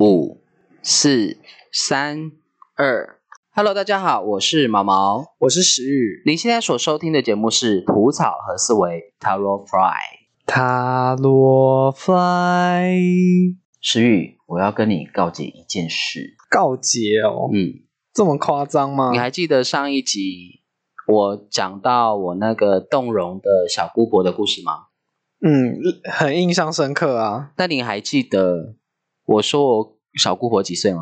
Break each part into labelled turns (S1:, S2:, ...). S1: 五、四、三、二。Hello，大家好，我是毛毛。
S2: 我是石宇。
S1: 您现在所收听的节目是《蒲草和思维 Tarot Fry》。
S2: 塔罗 fly
S1: 石宇，我要跟你告解一件事。
S2: 告捷哦，
S1: 嗯，
S2: 这么夸张吗
S1: 你？还记得上一集我讲到我那个动容的小姑婆的故事吗？
S2: 嗯，很印象深刻啊。
S1: 那你还记得我说我小姑婆几岁吗？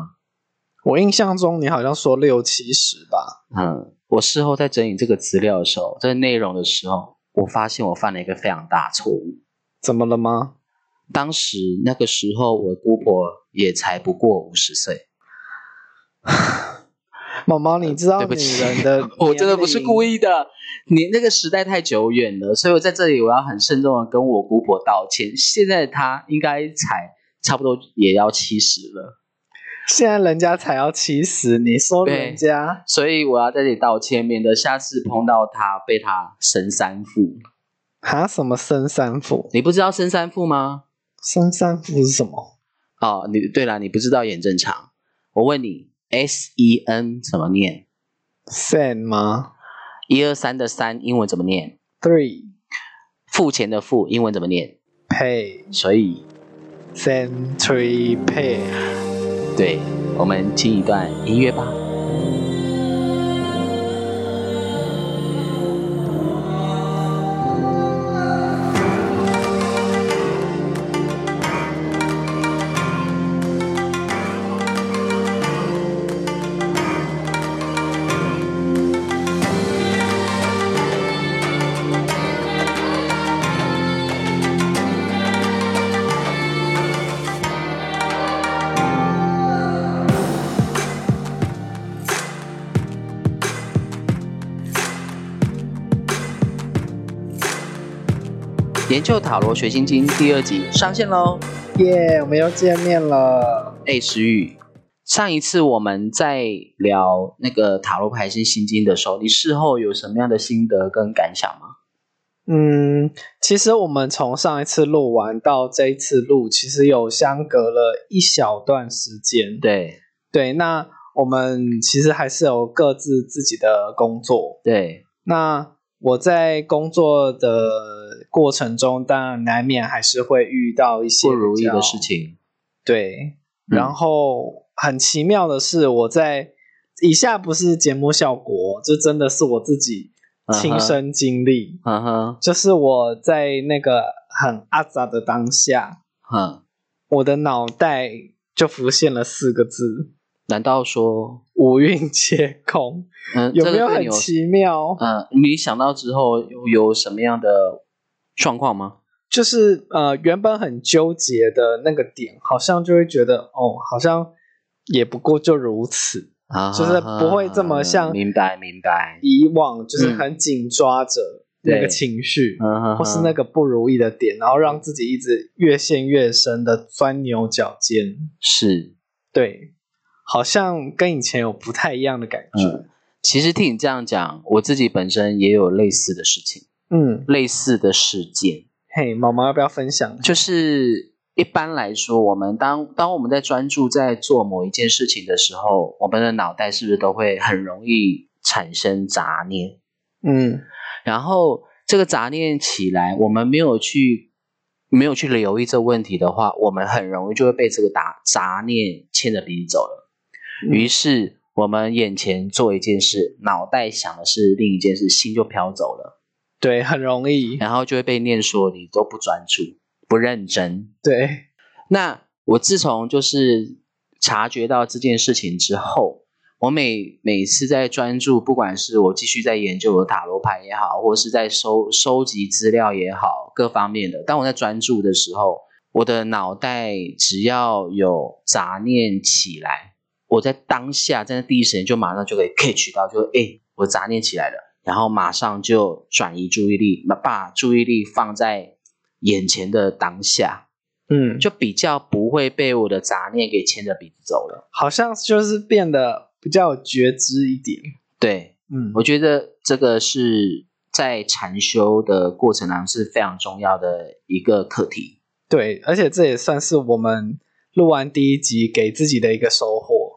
S2: 我印象中你好像说六七十吧？
S1: 嗯，我事后在整理这个资料的时候，这个内容的时候，我发现我犯了一个非常大的错误。
S2: 怎么了吗？
S1: 当时那个时候，我姑婆也才不过五十岁。
S2: 毛毛，你知道
S1: 对不
S2: 女
S1: 起 ，
S2: 人的
S1: 我真的不是故
S2: 意。
S1: 意的，你那个时代太久远了，所以我在这里我要很慎重的跟我姑婆道歉。现在她应该才差不多也要七十了，
S2: 现在人家才要七十，你说
S1: 对
S2: 人家
S1: 所以我要在这里道歉，免得下次碰到她被她生三副。
S2: 哈什么生三副？
S1: 你不知道生三副吗？
S2: 生三副是什么？
S1: 哦，你对啦，你不知道也很正常。我问你，S E N 怎么念？
S2: 三吗
S1: 一二三的三英文怎么念？
S2: ？Three
S1: 付钱的付英文怎么念？
S2: pay
S1: 所以，
S2: century pay。
S1: 对我们听一段音乐吧。研究塔罗学心经第二集上线喽！
S2: 耶我们又见面了。
S1: 哎，石宇，上一次我们在聊那个塔罗牌星心经的时候，你事后有什么样的心得跟感想吗？
S2: 嗯，其实我们从上一次录完到这一次录，其实有相隔了一小段时间。
S1: 对
S2: 对，那我们其实还是有各自自己的工作。
S1: 对，
S2: 那我在工作的过程中，当然难免还是会遇到一些
S1: 不如意
S2: 比较
S1: 的事。情。
S2: 对，
S1: 嗯
S2: 然后很奇妙的是，我在以下不是节目效果，这真的是我自己亲身经历。
S1: 嗯哼，
S2: 就是我在那个很阿杂的当下，
S1: 哼，
S2: 我的脑袋就浮现了四个字：
S1: 难道说，
S2: 五蕴皆空。
S1: 嗯，
S2: 有
S1: 这
S2: 没
S1: 个
S2: 有
S1: 对你
S2: 很奇妙？
S1: 嗯，你想到之后有有什么样的状况吗？
S2: 就是呃，原本很纠结的那个点，好像就会觉得哦，好像也不过就如此。
S1: 啊
S2: 就是不会这么像
S1: 明白明白，
S2: 以往就是很紧抓着那个情绪，
S1: 嗯
S2: 或是那个不如意的点，然后让自己一直越陷越深的钻牛角尖。
S1: 是，
S2: 对，好像跟以前有不太一样的感觉。
S1: 其实听你这样讲，我自己本身也有类似的事情，
S2: 嗯，
S1: 类似的事件，
S2: 嘿，毛毛要不要分享？
S1: 就是一般来说，我们当当我们在专注在做某一件事情的时候，我们的脑袋是不是都会很容易产生杂念？
S2: 嗯
S1: 然后这个杂念起来，我们没有去没有去留意这问题的话，我们很容易就会被这个杂杂念牵着鼻子走了。
S2: 嗯
S1: 于是我们眼前做一件事，脑袋想的是另一件事，心就飘走了，
S2: 对，很容易。
S1: 然后就会被念说你都不专注、不认真。
S2: 对，
S1: 那我自从就是察觉到这件事情之后，我每每次在专注，不管是我继续在研究我的塔罗牌也好，或是在收收集资料也好，各方面的，当我在专注的时候，我的脑袋只要有杂念起来，我在当下在第一时间就马上就可以 catch 到，就诶，我的杂念起来了，然后马上就转移注意力，把注意力放在眼前的当下。
S2: 嗯，就
S1: 就比较不会被我的杂念给牵着鼻子走了。
S2: 好像就是变得比较有觉知一点。
S1: 对，
S2: 嗯，
S1: 我觉得这个是在禅修的过程当中是非常重要的一个课题。
S2: 对，而且这也算是我们录完第一集给自己的一个收获。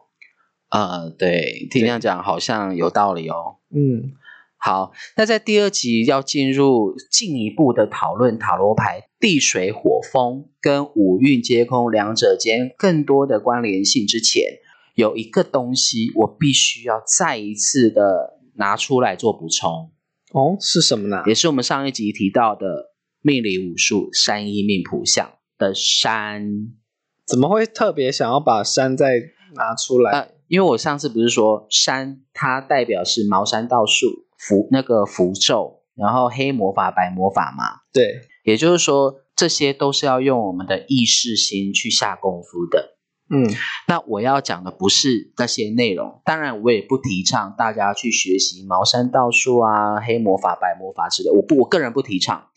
S1: 呃，对，听这样讲好像有道理哦。
S2: 嗯，
S1: 好，那在第二集要进入进一步的讨论塔罗牌地水火风跟五运皆空两者间更多的关联性之前，有一个东西我必须要再一次的拿出来做补充，
S2: 哦，是什么呢？
S1: 也是我们上一集提到的命理武术山医命谱相的山。
S2: 怎么会特别想要把山再拿出来？
S1: 呃，因为我上次不是说山，它代表是茅山道术符那个符咒，然后黑魔法、白魔法嘛，
S2: 对，
S1: 也就是说这些都是要用我们的意识心去下功夫的。
S2: 嗯，
S1: 那我要讲的不是那些内容，当然我也不提倡大家去学习茅山道术啊、黑魔法、白魔法之类，我不，我个人不提倡。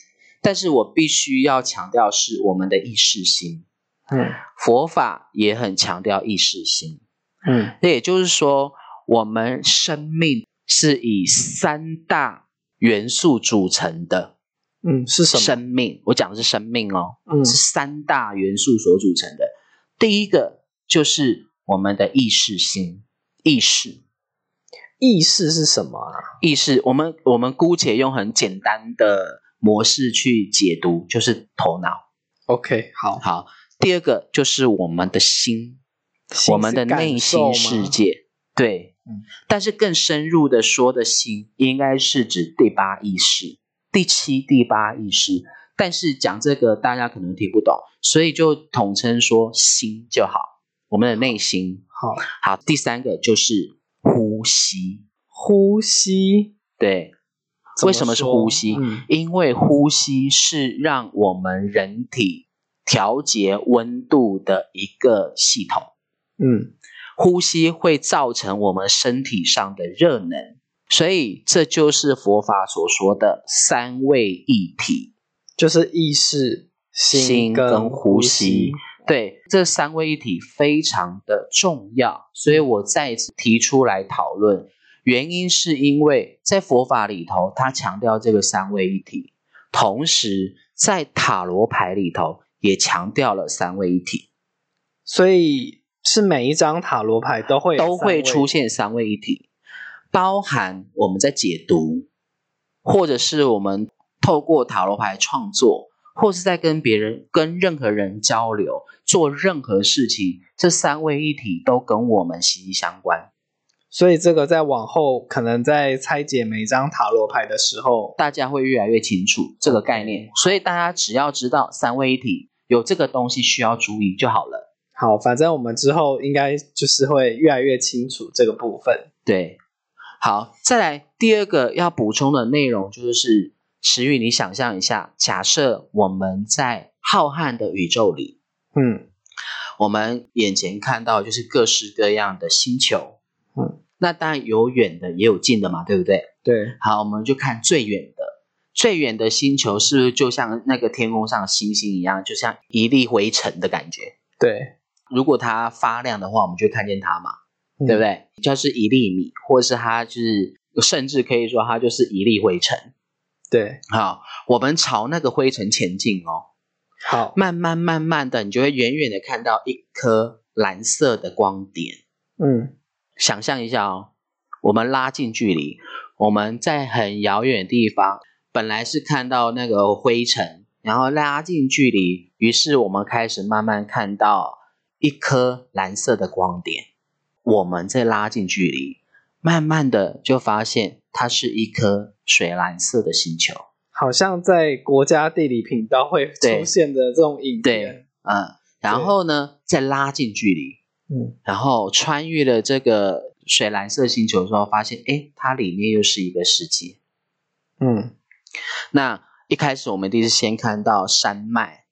S1: 但是我必须要强调是我们的意识心，
S2: 嗯
S1: 佛法也很强调意识心。
S2: 嗯
S1: 那也就是说，我们生命是以三大元素组成的。
S2: 嗯，是什么？
S1: 生命，我讲的是生命哦，
S2: 嗯
S1: 是三大元素所组成的。第一个就是我们的意识心，意识，
S2: 意识是什么啊？
S1: 意识。我们我们姑且用很简单的模式去解读，就是头脑。
S2: OK，好，
S1: 好，第二个就是我们的心，我们的内心世界，对，
S2: 嗯
S1: 但是更深入的说的心，应该是指第八意识、第七、第八意识。但是讲这个大家可能听不懂，所以就统称说心就好，我们的内心。
S2: 好，
S1: 好，第三个就是呼吸，
S2: 呼吸
S1: 对，
S2: 怎
S1: 为什么是
S2: 说
S1: 呼吸
S2: 嗯
S1: 因为呼吸是让我们人体调节温度的一个系统。
S2: 嗯
S1: 呼吸会造成我们身体上的热能，所以这就是佛法所说的三位一体。
S2: 就是意识、
S1: 心跟
S2: 跟
S1: 呼吸
S2: 吸。
S1: 对，这三位一体非常的重要，所以我再一次提出来讨论。原因是因为在佛法里头，它强调这个三位一体，同时在塔罗牌里头也强调了三位一体，
S2: 所以是每一张塔罗牌都会有
S1: 都会
S2: 三位
S1: 出现三位一体，包含我们在解读，或者是我们透过塔罗牌创作，或是在跟别人、跟任何人交流，做任何事情，这三位一体都跟我们息息相关。
S2: 所以这个在往后可能在拆解每一张塔罗牌的时候，
S1: 大家会越来越清楚这个概念，所以大家只要知道三位一体有这个东西需要注意就好了。
S2: 好，反正我们之后应该就是会越来越清楚这个部分。
S1: 对，好，再来第二个要补充的内容就是，池宇，你想象一下，假设我们在浩瀚的宇宙里，
S2: 嗯
S1: 我们眼前看到就是各式各样的星球，
S2: 嗯，
S1: 那当然有远的也有近的嘛，对不对？
S2: 对，
S1: 好，我们就看最远的，最远的星球是不是就像那个天空上的星星一样，就像一粒灰尘的感觉？
S2: 对，
S1: 如果它发亮的话，我们就看见它嘛。
S2: 嗯
S1: 对不？对？就是一粒米，或是它就是，甚至可以说它就是一粒灰尘。
S2: 对，
S1: 好，我们朝那个灰尘前进哦，
S2: 好，
S1: 慢慢慢慢的，你就会远远的看到一颗蓝色的光点。
S2: 嗯
S1: 想象一下哦，我们拉近距离，我们在很遥远的地方，本来是看到那个灰尘，然后拉近距离，于是我们开始慢慢看到一颗蓝色的光点。我们再拉近距离，慢慢的就发现它是一颗水蓝色的星球。
S2: 好像在国家地理频道会
S1: 对
S2: 出现的这种影
S1: 对
S2: 片。
S1: 嗯，然后呢，再拉近距离，
S2: 嗯，
S1: 然后穿越了这个水蓝色星球之后，发现诶，它里面又是一个世界。
S2: 嗯
S1: 那一开始我们一定是先看到山脉、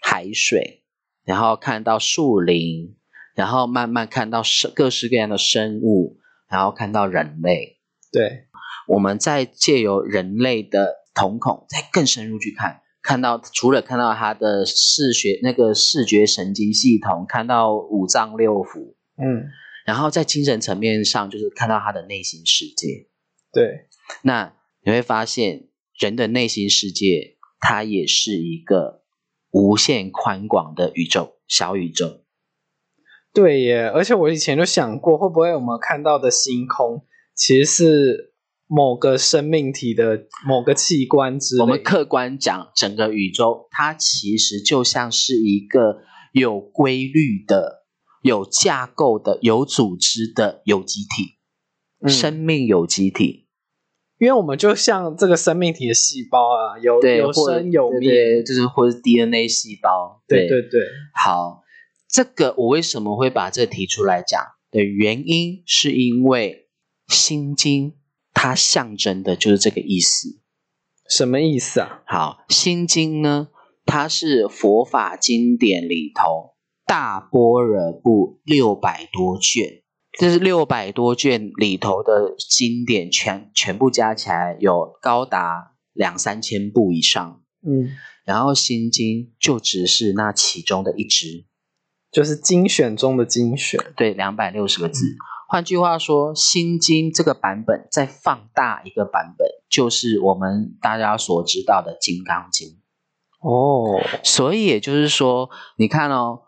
S1: 海水，然后看到树林，然后慢慢看到生各式各样的生物，然后看到人类。
S2: 对，
S1: 我们再借由人类的瞳孔，再更深入去看，看到除了看到他的视觉那个视觉神经系统，看到五脏六腑，
S2: 嗯
S1: 然后在精神层面上就是看到他的内心世界。
S2: 对，
S1: 那你会发现，人的内心世界，它也是一个无限宽广的宇宙，小宇宙。
S2: 对耶，而且我以前就想过，会不会我们看到的星空其实是某个生命体的某个器官之类
S1: 我们客观讲，整个宇宙它其实就像是一个有规律的、有架构的、有组织的有机体，
S2: 嗯
S1: 生命有机体，
S2: 因为我们就像这个生命体的细胞啊，有
S1: 对，
S2: 有
S1: 或者
S2: 生有
S1: 对
S2: 灭，
S1: 对就是或者 DNA 细胞，
S2: 对对对，
S1: 好，这个我为什么会把这提出来讲的原因，是因为《心经》它象征的就是这个意思。
S2: 什么意思啊？
S1: 好，《心经》呢，它是佛法经典里头大般若部六百多卷，这是六百多卷里头的经典全全部加起来有高达两三千部以上，
S2: 嗯，
S1: 然后《心经》就只是那其中的一支。
S2: 就是精选中的精选，
S1: 对，两百六十个字。换句话说，《心经》这个版本再放大一个版本，就是我们大家所知道的《金刚经
S2: 哦，》。
S1: 所以也就是说，你看哦，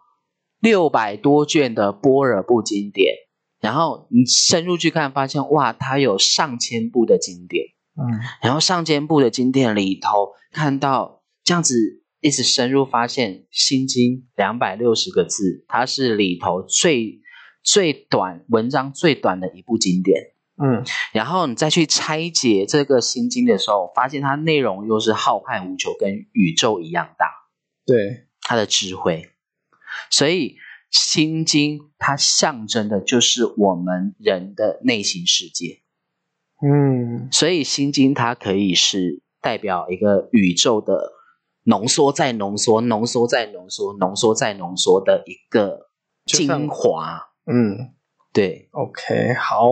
S1: 六百多卷的般若部经典，然后你深入去看，发现哇，它有上千部的经典，
S2: 嗯，
S1: 然后上千部的经典里头看到这样子。一直深入发现，《心经》两百六十个字，它是里头最最短文章最短的一部经典。
S2: 嗯，
S1: 然后你再去拆解这个《心经》的时候，发现它内容又是浩瀚无穷，跟宇宙一样大，
S2: 对，
S1: 它的智慧。所以，《心经》它象征的就是我们人的内心世界。
S2: 嗯，
S1: 所以《心经》它可以是代表一个宇宙的浓缩再浓缩、浓缩再浓缩、浓缩再浓缩的一个
S2: 就像
S1: 精华。
S2: 嗯
S1: 对，
S2: ，OK，好，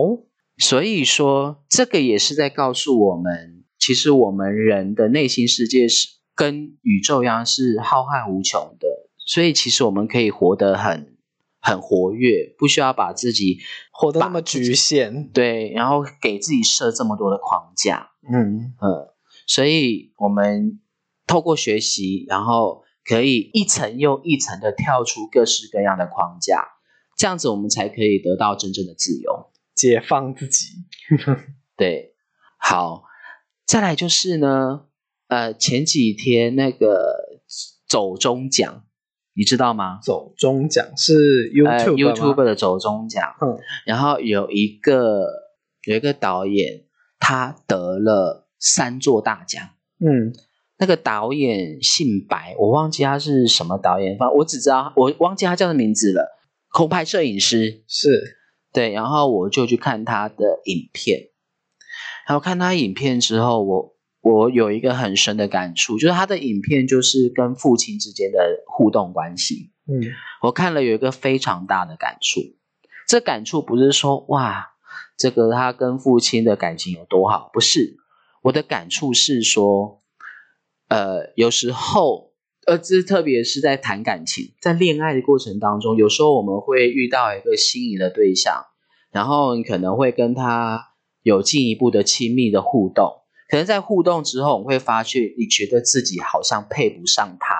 S1: 所以说这个也是在告诉我们，其实我们人的内心世界是跟宇宙一样是浩瀚无穷的，所以其实我们可以活得很很活跃，不需要把自己
S2: 活得那
S1: 把
S2: 么局限，
S1: 对，然后给自己设这么多的框架。
S2: 嗯，
S1: 呃，所以我们透过学习，然后可以一层又一层的跳出各式各样的框架，这样子我们才可以得到真正的自由。
S2: 解放自己，
S1: 对，好，再来就是呢，呃，前几天那个走中奖，你知道吗？
S2: 走中奖是 YouTube 吗、
S1: 呃 YouTube 的走中奖，
S2: 嗯
S1: 然后有一个有一个导演，他得了三座大奖。
S2: 嗯，
S1: 那个导演姓白，我忘记他是什么导演，反正我只知道我忘记他叫什么名字了。空拍摄影师，
S2: 是，
S1: 对，然后我就去看他的影片，然后看他影片之后，我我有一个很深的感触，就是他的影片就是跟父亲之间的互动关系，
S2: 嗯
S1: 我看了有一个非常大的感触。这感触不是说哇，这个他跟父亲的感情有多好，不是。我的感触是说，呃，有时候，呃，这特别是在谈感情，在恋爱的过程当中，有时候我们会遇到一个心仪的对象，然后你可能会跟他有进一步的亲密的互动，可能在互动之后，你会发觉你觉得自己好像配不上他。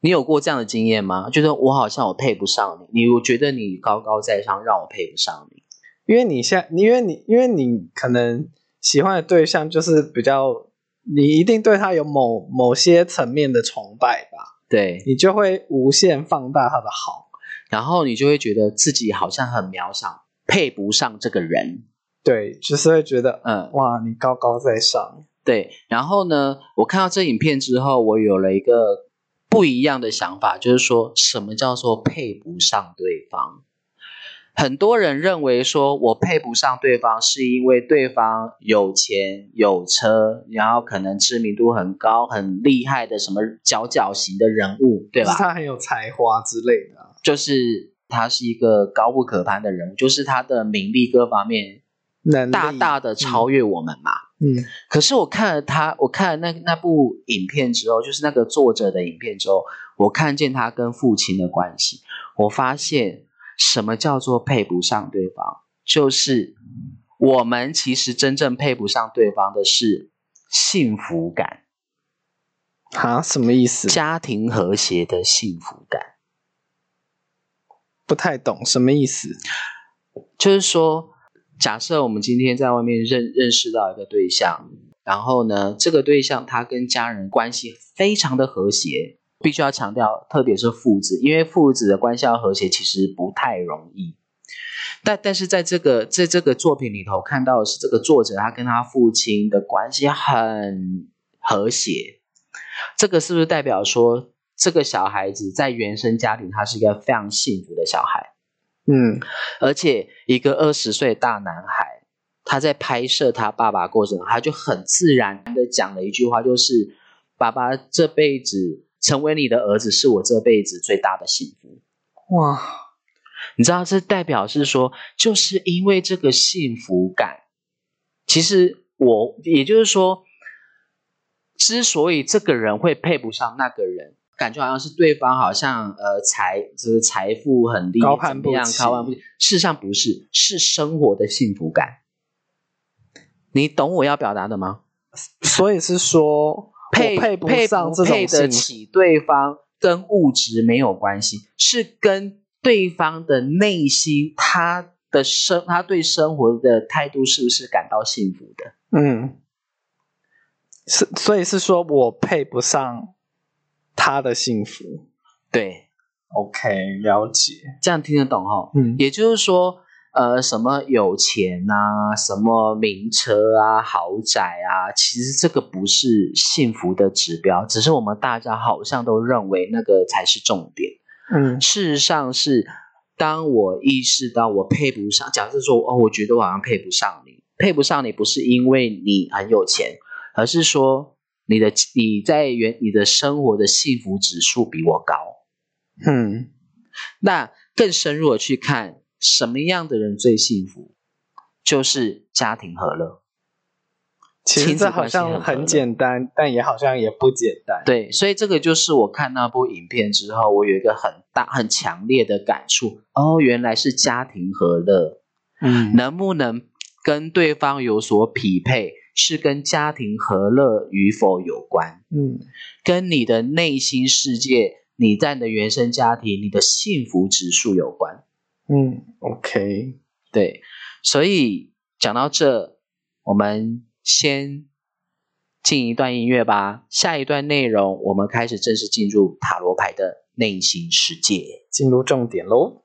S1: 你有过这样的经验吗？就是我好像我配不上你，你我觉得你高高在上，让我配不上你。
S2: 因为你现在，因为你，因为你可能喜欢的对象就是比较，你一定对他有某某些层面的崇拜吧，
S1: 对，
S2: 你就会无限放大他的好。
S1: 然后你就会觉得自己好像很渺小，配不上这个人。
S2: 对，就是会觉得，
S1: 嗯，
S2: 哇，你高高在上，
S1: 对。然后呢，我看到这影片之后，我有了一个不一样的想法，就是说什么叫做配不上对方？很多人认为说我配不上对方，是因为对方有钱有车，然后可能知名度很高、很厉害的什么佼佼型的人物，对吧？
S2: 就是他很有才华之类的啊。
S1: 就是他是一个高不可攀的人物，就是他的名利各方面
S2: 能力
S1: 大大的超越我们嘛。
S2: 嗯
S1: 可是我看了他，我看了那那部影片之后，就是那个作者的影片之后，我看见他跟父亲的关系，我发现什么叫做配不上对方，就是我们其实真正配不上对方的是幸福感，
S2: 啊，什么意思？
S1: 家庭和谐的幸福感。
S2: 不太懂什么意思。
S1: 就是说，假设我们今天在外面认认识到一个对象，然后呢，这个对象他跟家人关系非常的和谐，必须要强调，特别是父子，因为父子的关系要和谐其实不太容易。但但是在这个在这个作品里头看到的是，这个作者他跟他父亲的关系很和谐，这个是不是代表说，这个小孩子在原生家庭他是一个非常幸福的小孩？
S2: 嗯，
S1: 而且一个二十岁大男孩，他在拍摄他爸爸过程，他就很自然的讲了一句话，就是“爸爸这辈子成为你的儿子，是我这辈子最大的幸福。
S2: 哇，”
S1: 你知道，这代表是说，就是因为这个幸福感，其实我也就是说，之所以这个人会配不上那个人，感觉好像是对方好像呃财就是财富很厉害，
S2: 高攀不
S1: 怎么样
S2: 起
S1: 高攀不起。事实上不是，是生活的幸福感。你懂我要表达的吗？
S2: 所以是说
S1: 配
S2: 我配不
S1: 配
S2: 上这
S1: 配
S2: 种
S1: 得
S2: 幸福，
S1: 起对方，跟物质没有关系，是跟对方的内心，他的生他对生活的态度是不是感到幸福的？
S2: 嗯，是所以是说我配不上他的幸福。
S1: 对，
S2: OK，了解。
S1: 这样听得懂哦。
S2: 嗯，
S1: 也就是说，呃，什么有钱啊，什么名车啊、豪宅啊，其实这个不是幸福的指标，只是我们大家好像都认为那个才是重点。
S2: 嗯
S1: 事实上是，当我意识到我配不上，假设说哦，我觉得我好像配不上你，配不上你不是因为你很有钱，而是说你的你在原你的生活的幸福指数比我高。
S2: 嗯
S1: 那更深入的去看，什么样的人最幸福，就是家庭和乐。
S2: 其实
S1: 亲子
S2: 这好
S1: 关系
S2: 像
S1: 很合
S2: 很
S1: 了
S2: 简单，但也好像也不简单。，
S1: 对，所以这个就是我看那部影片之后，我有一个很大、很强烈的感触。哦，原来是家庭和乐。
S2: 嗯，
S1: 能不能跟对方有所匹配，是跟家庭和乐与否有关，
S2: 嗯
S1: 跟你的内心世界、你在你的原生家庭、你的幸福指数有关。
S2: 嗯，OK，
S1: 对，所以讲到这，我们先进一段音乐吧。下一段内容，我们开始正式进入塔罗牌的内心世界。
S2: 进入重点喽。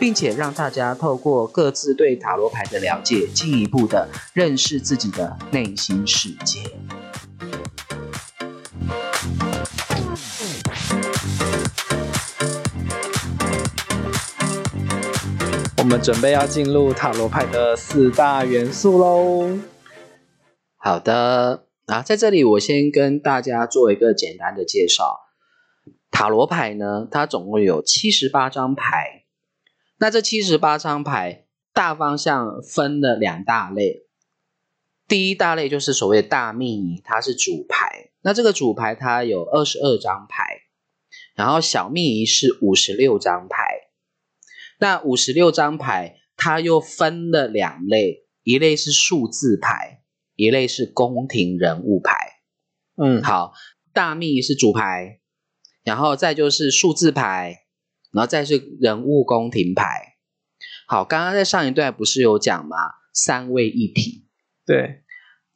S1: 并且让大家透过各自对塔罗牌的了解，进一步的认识自己的内心世界。
S2: 我们准备要进入塔罗牌的四大元素喽。
S1: 好的，啊，在这里我先跟大家做一个简单的介绍。塔罗牌呢，它总共有七十八张牌，那这七十八张牌大方向分了两大类。第一大类就是所谓的大命仪，它是主牌，那这个主牌它有二十二张牌，然后小命仪是五十六张牌。那五十六张牌，它又分了两类，一类是数字牌，一类是宫廷人物牌。
S2: 嗯，
S1: 好，大秘是主牌，然后再就是数字牌，然后再是人物宫廷牌。好，刚刚在上一段不是有讲吗？三位一体，
S2: 对，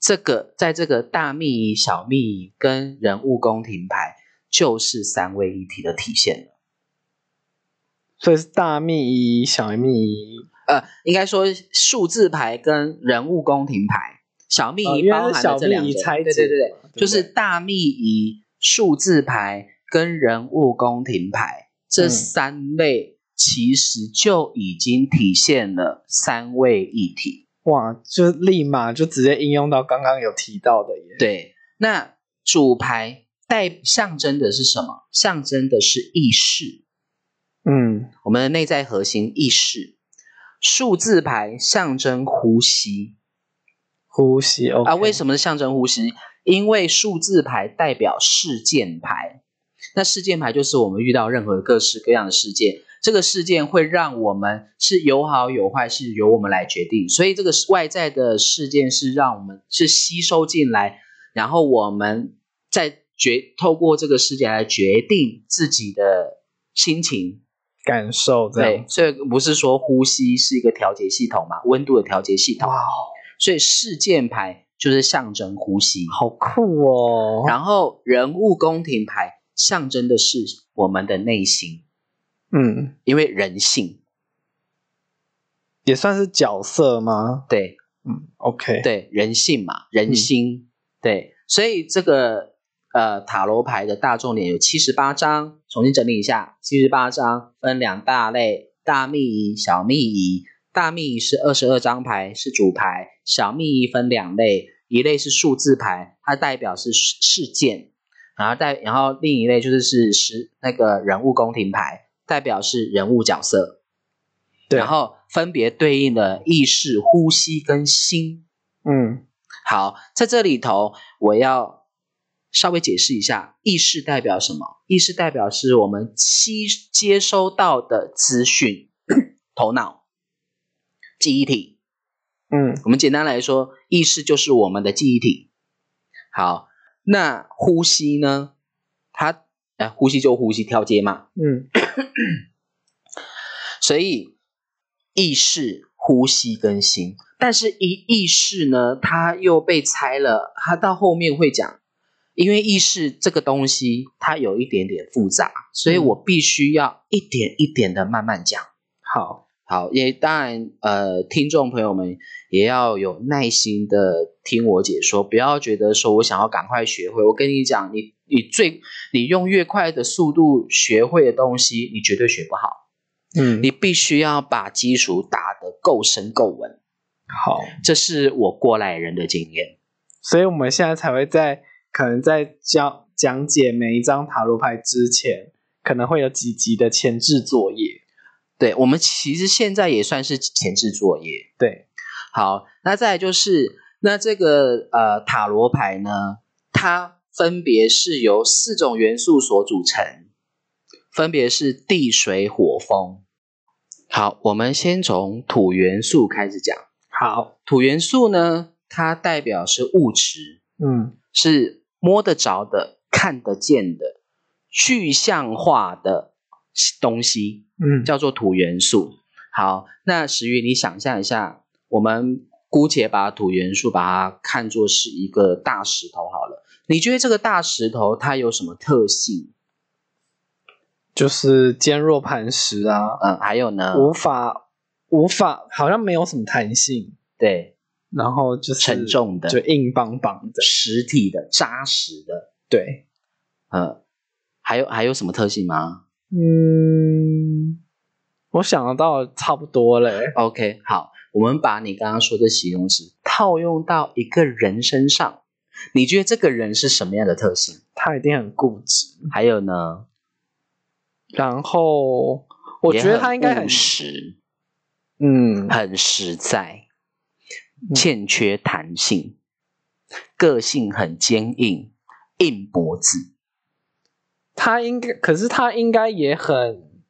S1: 这个在这个大秘仪、小秘仪跟人物宫廷牌，就是三位一体的体现了。
S2: 所以是大秘仪、小秘仪，
S1: 呃，应该说数字牌跟人物宫廷牌，小秘
S2: 哦
S1: 仪
S2: 因为
S1: 包
S2: 是
S1: 含
S2: 小
S1: 了这两
S2: 秘仪
S1: 种
S2: 拆
S1: 对
S2: 解
S1: 对对对
S2: 嘛，对不
S1: 就是
S2: 对
S1: 大秘仪、数字牌跟人物宫廷牌这
S2: 嗯
S1: 三类，其实就已经体现了三位一体。
S2: 哇，就立马就直接应用到刚刚有提到的耶。
S1: 对，那主牌代象征的是什么？象征的是意识，
S2: 嗯，
S1: 我们的内在核心意识。数字牌象征呼吸
S2: 呼吸 OK
S1: 啊，为什么象征呼吸？因为数字牌代表事件牌，那事件牌就是我们遇到任何各式各样的事件，这个事件会让我们是有好有坏，是由我们来决定。所以这个外在的事件是让我们是吸收进来，然后我们再决透过这个事件来决定自己的心情，
S2: 感受这
S1: 对
S2: 样，？
S1: 所以不是说呼吸是一个调节系统嘛，温度的调节系统。
S2: 哇哦，
S1: 所以事件牌就是象征呼吸，
S2: 好酷哦！
S1: 然后人物宫廷牌象征的是我们的内心，
S2: 嗯，
S1: 因为人性。
S2: 也算是角色吗？
S1: 对
S2: 嗯，OK，，
S1: 对，人性嘛，人心。对，所以这个呃塔罗牌的大重点有七十八张，重新整理一下，七十八张分两大类，大密仪、小密仪。大密仪是二十二张牌，是主牌；小密仪分两类，一类是数字牌，它代表是事事件，然后代然后另一类就是是是那个人物宫廷牌，代表是人物角色。
S2: 对
S1: 然后分别对应了意识、呼吸跟心。
S2: 嗯，
S1: 好，在这里头我要稍微解释一下，意识代表什么？意识代表是我们吸接收到的资讯，头脑、记忆体。
S2: 嗯，
S1: 我们简单来说，意识就是我们的记忆体。好，那呼吸呢？它呃，呼吸就呼吸跳接嘛，
S2: 嗯，
S1: 所以意识、呼吸跟心，但是意意识呢，它又被拆了，它到后面会讲，因为意识这个东西它有一点点复杂，所以
S2: 嗯
S1: 我必须要一点一点的慢慢讲。
S2: 好，
S1: 好，也当然，呃，听众朋友们也要有耐心的听我解说，不要觉得说我想要赶快学会。我跟你讲，你你最你用越快的速度学会的东西，你绝对学不好。
S2: 嗯，
S1: 你必须要把基础打得够深够稳，
S2: 好，
S1: 这是我过来人的经验。
S2: 所以我们现在才会在可能在教讲解每一张塔罗牌之前，可能会有几集的前置作业。
S1: 对我们其实现在也算是前置作业。
S2: 对，
S1: 好，那再来就是那这个呃塔罗牌呢，它分别是由四种元素所组成，分别是地、水、火、风。好，我们先从土元素开始讲。
S2: 好，
S1: 土元素呢，它代表是物质，
S2: 嗯，
S1: 是摸得着的、看得见的、具象化的东西，
S2: 嗯，
S1: 叫做土元素。好，那石宇，你想象一下，我们姑且把土元素把它看作是一个大石头好了。你觉得这个大石头它有什么特性？
S2: 就是坚若磐石啊，
S1: 嗯，还有呢？
S2: 无法无法，好像没有什么弹性，
S1: 对，
S2: 然后就是
S1: 沉重的
S2: 就硬邦邦的。
S1: 实体的、扎实的，
S2: 对，
S1: 嗯，还有还有什么特性吗？
S2: 嗯，我想得到的差不多嘞。
S1: OK，好，我们把你刚刚说的形容词套用到一个人身上，你觉得这个人是什么样的特性？
S2: 他一定很固执，
S1: 还有呢，
S2: 然后我觉得他应该
S1: 也
S2: 很
S1: 很务实，
S2: 嗯
S1: 很实在，
S2: 嗯
S1: 欠缺弹性，个性很坚硬，硬脖子。
S2: 他应该，可是他应该也很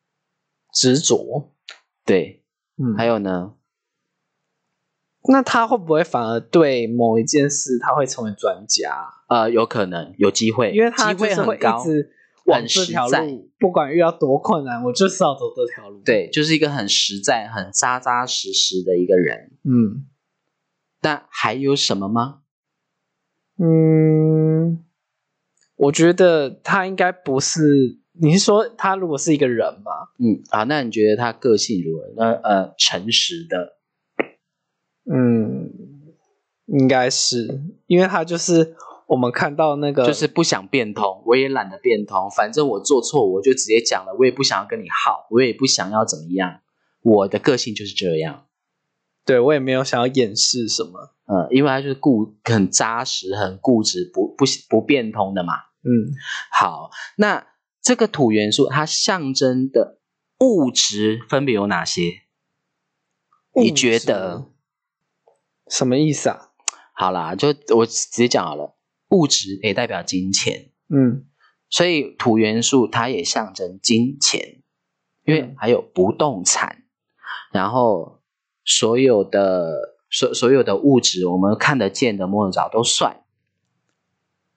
S2: 执着。
S1: 对，
S2: 嗯，
S1: 还有呢，
S2: 那他会不会反而对某一件事他会成为专家？
S1: 呃，有可能有机会，
S2: 因为他
S1: 机
S2: 就
S1: 会
S2: 是会
S1: 很高
S2: 一，直往
S1: 很
S2: 这
S1: 实
S2: 条
S1: 在
S2: 路，不管遇到多困难，我就是要走这条路。，
S1: 对，就是一个很实在、很扎扎实实的一个人。
S2: 嗯
S1: 那还有什么吗？
S2: 嗯，我觉得他应该不是。你是说他如果是一个人吗？
S1: 嗯，好，那你觉得他个性如何？呃呃，诚实的，
S2: 嗯，应该是，因为他就是我们看到那个，
S1: 就是不想变通，我也懒得变通，反正我做错我就直接讲了，我也不想要跟你耗，我也不想要怎么样，我的个性就是这样。
S2: 对我也没有想要掩饰什么，
S1: 呃，因为他就是固很扎实、很固执、不不不变通的嘛。
S2: 嗯，
S1: 好，那这个土元素它象征的物质分别有哪些？你
S2: 物
S1: 觉
S2: 质
S1: 得？
S2: 什么意思啊？
S1: 好啦，就我直接讲好了，物质也代表金钱，
S2: 嗯
S1: 所以土元素它也象征金钱，因为
S2: 嗯
S1: 还有不动产，然后所有的所所有的物质，我们看得见的、摸得着都算，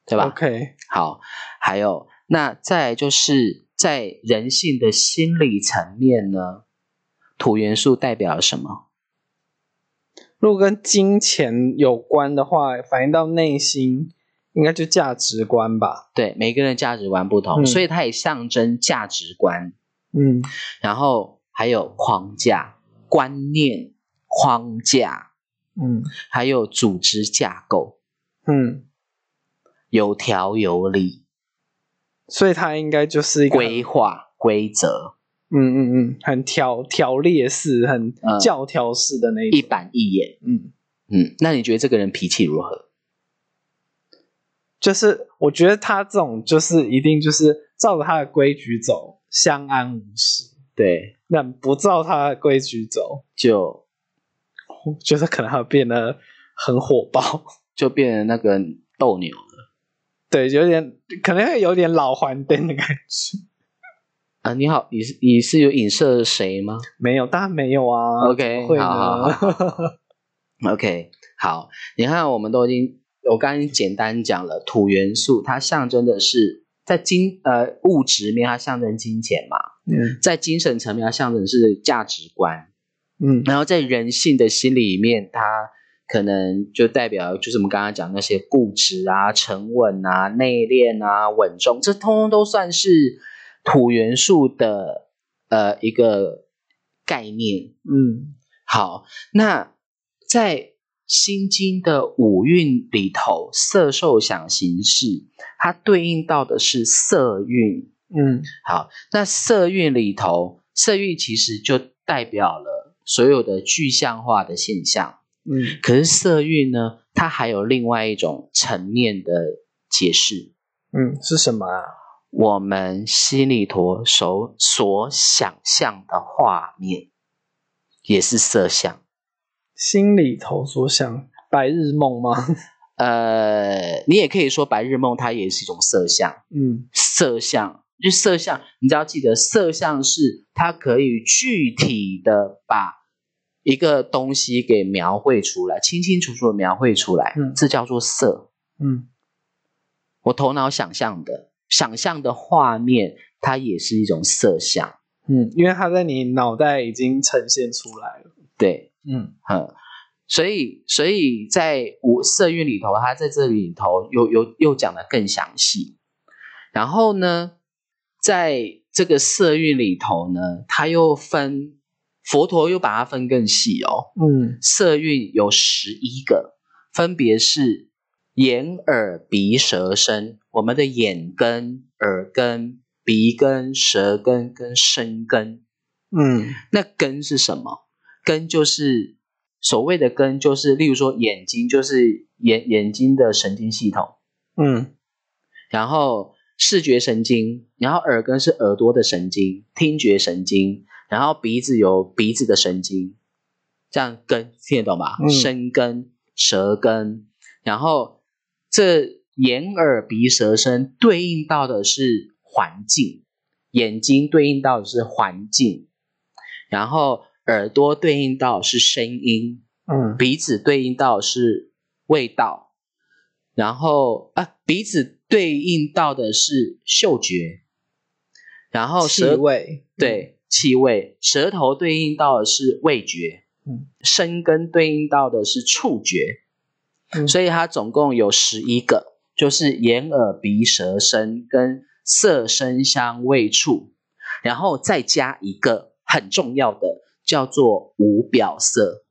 S1: 对吧
S2: o k
S1: 好，还有那再来就是在人性的心理层面呢，土元素代表了什么？
S2: 如果跟金钱有关的话，反映到内心，应该就价值观吧。
S1: 对，每个人的价值观不同，
S2: 嗯
S1: 所以它也象征价值观，
S2: 嗯
S1: 然后还有框架、观念、框架，
S2: 嗯
S1: 还有组织架构，
S2: 嗯，
S1: 有条有理、
S2: 所以它应该就是一个
S1: 规划、规则，
S2: 嗯嗯嗯，很条条列式、很
S1: 嗯
S2: 教条式的那
S1: 一
S2: 一种。
S1: 板一眼。
S2: 嗯，
S1: 嗯，那你觉得这个人脾气如何？
S2: 就是我觉得他这种就是一定就是照着他的规矩走，相安无事。
S1: 对，
S2: 那不照他的规矩走，
S1: 就
S2: 就是可能会变得很火爆。
S1: 就变成那个斗牛了
S2: 对，有点可能会有点老还灯的感觉。
S1: 啊！你好，你是你是有影射谁吗
S2: 没有，当然没有啊。
S1: ？OK，
S2: 会呢
S1: 好好好，OK，好。你看，我们都已经，我刚刚简单讲了，土元素它象征的是在金呃物质面，它象征金钱嘛，
S2: 嗯
S1: 在精神层面，它象征的是价值观，
S2: 嗯
S1: 然后在人性的心里面，它可能就代表就是我们刚刚讲那些固执啊、沉稳啊、内敛啊、稳重，这通通都算是土元素的呃一个概念。
S2: 嗯
S1: 好，那在《心经》的五蕴里头，色、受、想、行、识，它对应到的是色蕴。
S2: 嗯
S1: 好，那色蕴里头，色蕴其实就代表了所有的具象化的现象。
S2: 嗯，
S1: 可是色蕴呢，它还有另外一种层面的解释，
S2: 嗯，是什么啊？
S1: 我们心里头所所想象的画面，也是色相。
S2: 心里头所想白日梦吗？
S1: 呃，你也可以说白日梦它也是一种色相，
S2: 嗯
S1: 色相就色相，你只要记得色相是它可以具体的把一个东西给描绘出来，清清楚楚的描绘出来，
S2: 嗯
S1: 这叫做色。
S2: 嗯
S1: 我头脑想象的，想象的画面，它也是一种色相。
S2: 嗯，因为它在你脑袋已经呈现出来了。
S1: 对，
S2: 嗯
S1: 嗯，所以所以在五色蕴里头，它在这里头又又又讲的更详细。然后呢，在这个色蕴里头呢，它又分佛陀又把它分更细哦，
S2: 嗯
S1: 色蕴有十一个，分别是眼、耳、鼻、舌、身。我们的眼根、耳根、鼻根、舌根跟身根，
S2: 嗯
S1: 那根是什么？根就是所谓的根，就是例如说眼睛，就是眼眼睛的神经系统，
S2: 嗯
S1: 然后视觉神经，然后耳根是耳朵的神经，听觉神经，然后鼻子有鼻子的神经，这样根听得懂吧？
S2: 嗯
S1: 身根、舌根，然后这眼、耳、鼻、舌、身对应到的是环境，眼睛对应到的是环境，然后耳朵对应到的是声音，
S2: 嗯
S1: 鼻子对应到是味道，然后啊，鼻子对应到的是嗅觉，然后
S2: 气
S1: 舌
S2: 味，
S1: 对气味，舌头对应到的是味觉，
S2: 嗯，
S1: 生根对应到的是触觉，
S2: 嗯
S1: 所以它总共有十一个，就是眼、耳、鼻、舌、身跟色、声、香、味、触，然后再加一个很重要的叫做无表色。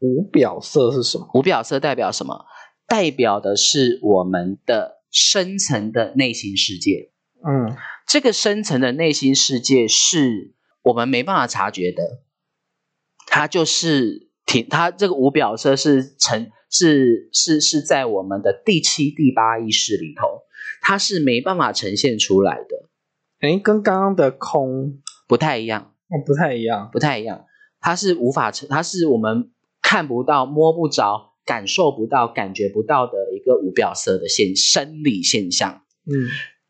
S2: 无表色是什么？
S1: 无表色代表什么？代表的是我们的深层的内心世界。
S2: 嗯
S1: 这个深层的内心世界是我们没办法察觉的，它就是停，它这个无表色是成是是是在我们的第七、第八意识里头，它是没办法呈现出来的，
S2: 哎，跟刚刚的空
S1: 不太一样，
S2: 哦不太一样，
S1: 不太一样，它是无法呈，它是我们看不到、摸不着、感受不到、感觉不到的一个无表色的现生理现象。
S2: 嗯，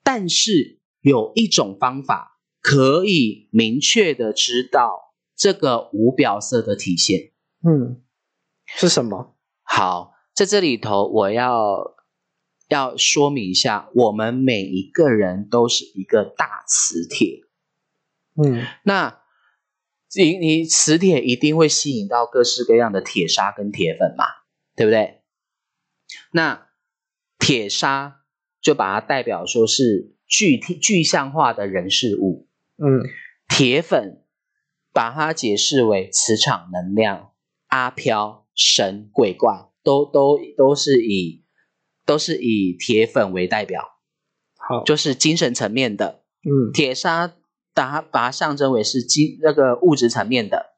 S1: 但是有一种方法可以明确的知道这个无表色的体现。
S2: 嗯，是什么？
S1: 好，在这里头我要要说明一下，我们每一个人都是一个大磁铁。
S2: 嗯
S1: 那你你磁铁一定会吸引到各式各样的铁砂跟铁粉嘛，对不对？那铁砂就把它代表说是具体具象化的人事物，
S2: 嗯
S1: 铁粉把它解释为磁场能量、阿飘、神、鬼怪，都都都是以都是以铁粉为代表，
S2: 好，
S1: 就是精神层面的。
S2: 嗯
S1: 铁砂把它把它象征为是金那个物质层面的。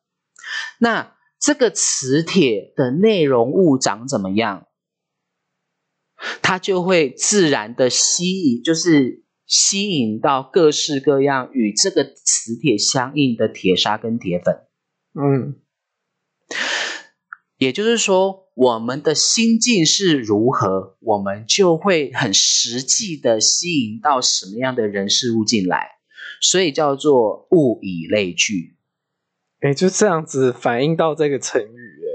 S1: 那这个磁铁的内容物长怎么样，它就会自然的吸引，就是吸引到各式各样与这个磁铁相应的铁砂跟铁粉。
S2: 嗯
S1: 也就是说，我们的心境是如何，我们就会很实际的吸引到什么样的人事物进来，所以叫做物以类聚。
S2: 哎就这样子反映到这个成语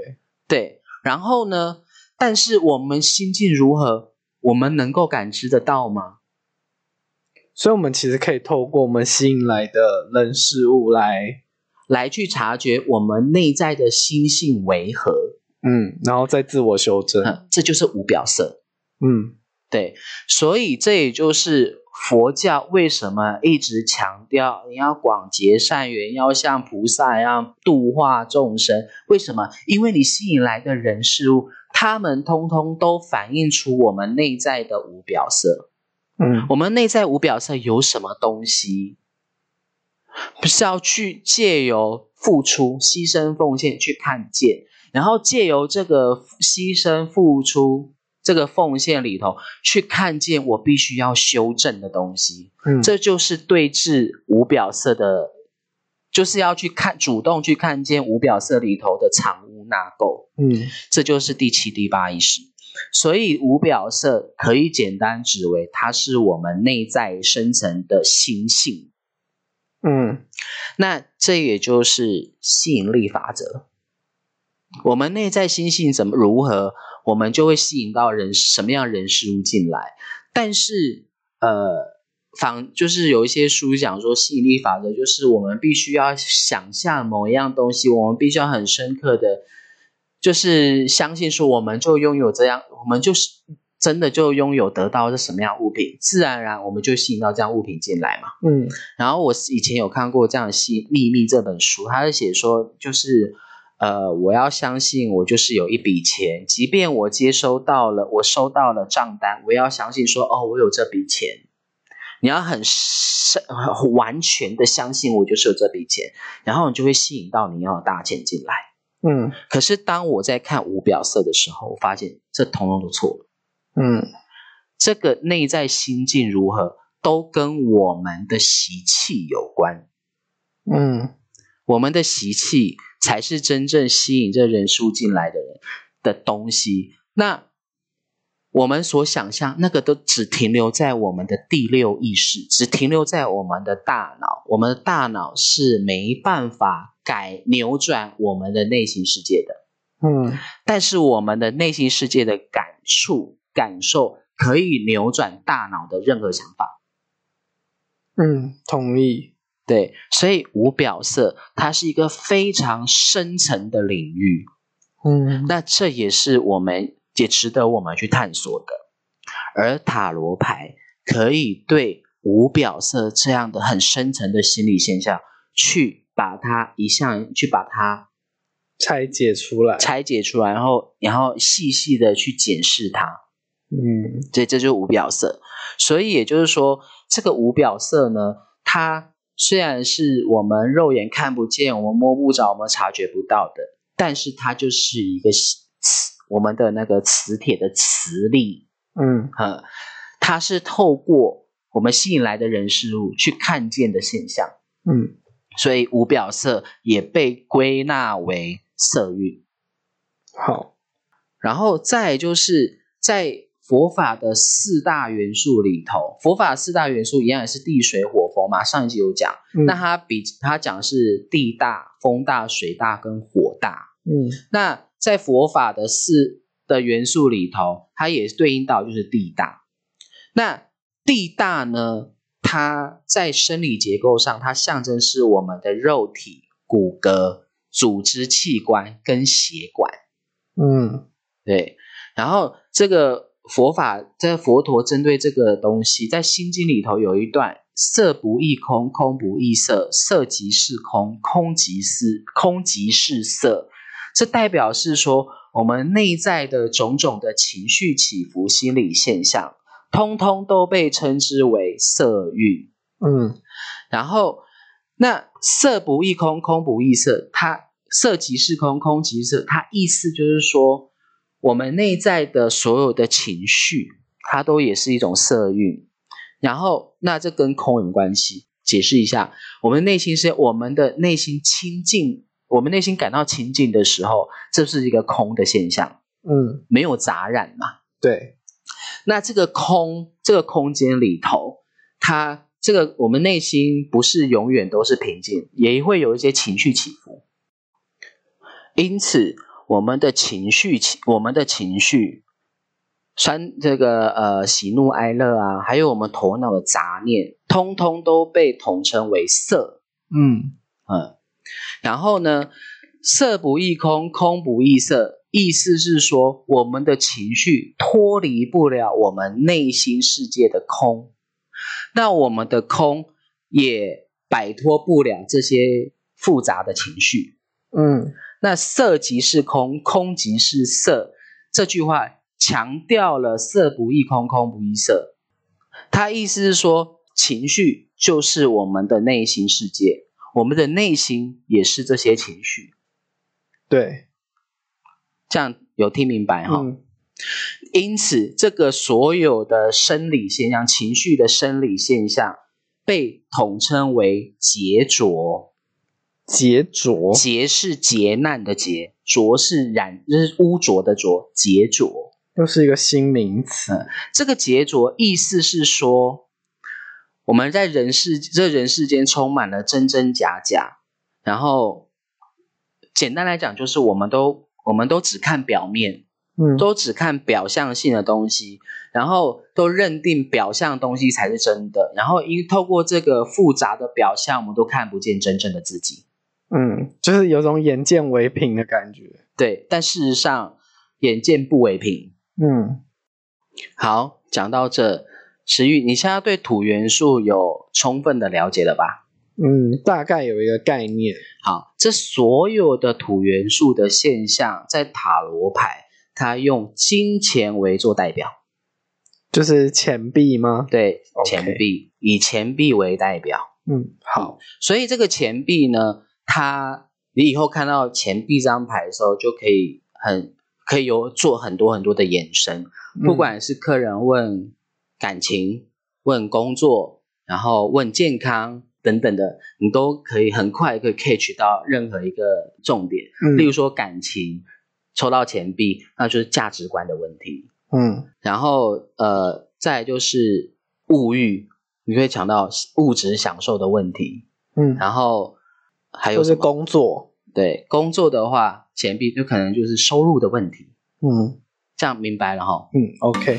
S2: 哎，
S1: 对，然后呢？但是我们心境如何，我们能够感知得到吗？
S2: 所以我们其实可以透过我们吸引来的人事物来，
S1: 来去察觉我们内在的心性为何？
S2: 嗯，然后再自我修正，
S1: 嗯，这就是无表色。
S2: 嗯
S1: 对，所以这也就是佛教为什么一直强调你要广结善缘，要像菩萨一样度化众生。为什么？因为你吸引来的人事物，他们通通都反映出我们内在的无表色。
S2: 嗯
S1: 我们内在无表色有什么东西？不是要去借由付出、牺牲、奉献去看见，然后借由这个牺牲、付出、这个奉献里头去看见我必须要修正的东西，
S2: 嗯，
S1: 这就是对峙无表色的，就是要去看主动去看见无表色里头的藏污纳垢。
S2: 嗯
S1: 这就是第七、第八意识。所以无表色可以简单指为它是我们内在深层的心性。
S2: 嗯
S1: 那这也就是吸引力法则。我们内在心性怎么如何，我们就会吸引到人什么样人事物进来。但是，呃，仿就是有一些书讲说，吸引力法则就是我们必须要想象某一样东西，我们必须要很深刻的，就是相信说，我们就拥有这样，我们就是真的就拥有得到是什么样物品，自然而然我们就吸引到这样物品进来嘛。
S2: 嗯
S1: 然后我以前有看过这样的戏《秘密》这本书，它是写说，就是呃，我要相信我就是有一笔钱，即便我接收到了，我收到了账单，我也要相信说，哦，我有这笔钱。你要很深、很完全的相信我就是有这笔钱，然后你就会吸引到你要的大钱进来。
S2: 嗯
S1: 可是当我在看无表色的时候，我发现这统统都错了。
S2: 嗯
S1: 这个内在心境如何，都跟我们的习气有关。
S2: 嗯
S1: 我们的习气才是真正吸引这人数进来的人的东西。那我们所想象那个都只停留在我们的第六意识，只停留在我们的大脑。我们的大脑是没办法改扭转我们的内心世界的，
S2: 嗯
S1: 但是我们的内心世界的感触、感受可以扭转大脑的任何想法。
S2: 嗯，同意，
S1: 对，所以无表色它是一个非常深层的领域。
S2: 嗯
S1: 那这也是我们也值得我们去探索的。而塔罗牌可以对无表色这样的很深层的心理现象，去把它一项去把它
S2: 拆解出来，
S1: 拆解出来，然后然后细细的去检视它。
S2: 嗯
S1: 对，这就是无表色。所以也就是说，这个无表色呢，它虽然是我们肉眼看不见、我们摸不着、我们察觉不到的，但是它就是一个磁，我们的那个磁铁的磁力，
S2: 嗯
S1: 呃，它是透过我们吸引来的人事物去看见的现象，
S2: 嗯，
S1: 所以无表色也被归纳为色蕴。
S2: 好，
S1: 然后再就是在佛法的四大元素里头，佛法四大元素一样也是地、水、火、风嘛。上一集有讲，
S2: 嗯
S1: 那它比它讲是地大、风大、水大跟火大。
S2: 嗯
S1: 那在佛法的四的元素里头，它也对应到就是地大。那地大呢，它在生理结构上，它象征是我们的肉体、骨骼、组织器官跟血管。
S2: 嗯
S1: 对，然后这个佛法，这佛陀针对这个东西，在《心经》里头有一段：色不异空，空不异色，色即是空，空即是空即是色。这代表是说，我们内在的种种的情绪起伏、心理现象，通通都被称之为色蕴。
S2: 嗯
S1: 然后那色不异空，空不异色，它色即是空，空即是色，它意思就是说，我们内在的所有的情绪，它都也是一种色蕴。然后那这跟空有什么关系？解释一下，我们内心是我们的内心清净，我们内心感到清净的时候，这是一个空的现象，
S2: 嗯，
S1: 没有杂染嘛。
S2: 对，
S1: 那这个空，这个空间里头，它这个我们内心不是永远都是平静，也会有一些情绪起伏。因此，我们的情绪起，我们的情绪，酸这个呃喜怒哀乐啊，还有我们头脑的杂念，通通都被统称为色。
S2: 嗯
S1: 嗯，然后呢，色不异空，空不异色，意思是说我们的情绪脱离不了我们内心世界的空，那我们的空也摆脱不了这些复杂的情绪。
S2: 嗯
S1: 那色即是空，空即是色，这句话强调了色不异空，空不异色。它意思是说，情绪就是我们的内心世界，我们的内心也是这些情绪。
S2: 对，
S1: 这样有听明白哈、
S2: 嗯
S1: 因此，这个所有的生理现象、情绪的生理现象，被统称为劫浊。
S2: 杰卓，
S1: 劫是劫难的劫，浊是染，就是污浊的浊，劫浊。
S2: 又是一个新名词，
S1: 这个杰着意思是说，我们在人世这人世间充满了真真假假，然后简单来讲就是我们都我们都只看表面，
S2: 嗯
S1: 都只看表象性的东西，然后都认定表象的东西才是真的，然后因透过这个复杂的表象，我们都看不见真正的自己。
S2: 嗯，就是有种眼见为凭的感觉，
S1: 对，但事实上眼见不为凭。
S2: 嗯
S1: 好，讲到这，石玉，你现在对土元素有充分的了解了吧？
S2: 嗯，大概有一个概念，
S1: 好，这所有的土元素的现象，在塔罗牌，它用金钱为做代表，
S2: 就是钱币吗？
S1: 对
S2: OK
S1: 钱币以钱币为代表。
S2: 嗯，好，
S1: 所以这个钱币呢，它你以后看到钱币这张牌的时候，就可以很可以有做很多很多的延伸，不
S2: 嗯
S1: 管是客人问感情、问工作，然后问健康等等的，你都可以很快可以 catch 到任何一个重点。
S2: 嗯
S1: 例如说感情，抽到钱币，那就是价值观的问题。
S2: 嗯
S1: 然后呃，再来就是物欲，你会讲到物质享受的问题。
S2: 嗯，
S1: 然后还有
S2: 就
S1: 什
S2: 是
S1: 么？
S2: 工作，
S1: 对工作的话，钱币就可能就是收入的问题。
S2: 嗯
S1: 这样明白了哈？
S2: 嗯，OK，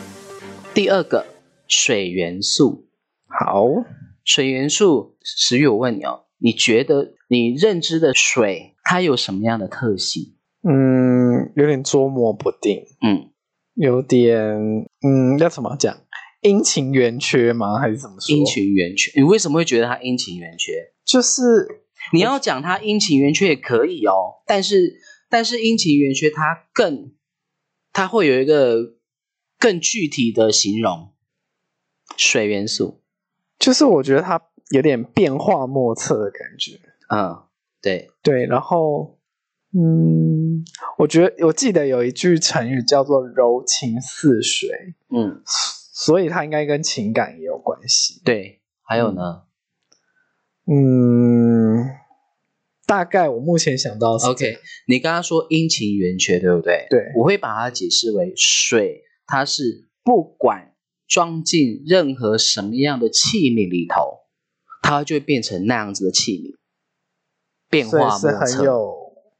S1: 第二个水元素。
S2: 好，
S1: 水元素，石宇，我问你哦，你觉得你认知的水它有什么样的特性？
S2: 嗯，有点捉摸不定，
S1: 嗯，
S2: 有点嗯，要怎么讲？阴晴圆缺吗？还是怎么说？
S1: 阴晴圆缺，你为什么会觉得它阴晴圆缺？
S2: 就是
S1: 你要讲它阴晴圆缺也可以哦，但是但是阴晴圆缺它更，它会有一个更具体的形容。水元素，
S2: 就是，我觉得它有点变化莫测的感觉。
S1: 嗯，对，
S2: 对，然后嗯，我觉得我记得有一句成语叫做“柔情似水
S1: 嗯，”，
S2: 所以它应该跟情感也有关系。
S1: 对，还有呢、
S2: 嗯，大概我目前想到是
S1: o k 你刚刚说阴晴圆缺，对不对？
S2: 对
S1: 我会把它解释为水，它是不管装进任何什么样的器皿里头，它就会变成那样子的器皿，变
S2: 所以
S1: 化
S2: 是
S1: 莫
S2: 很
S1: 测。
S2: 有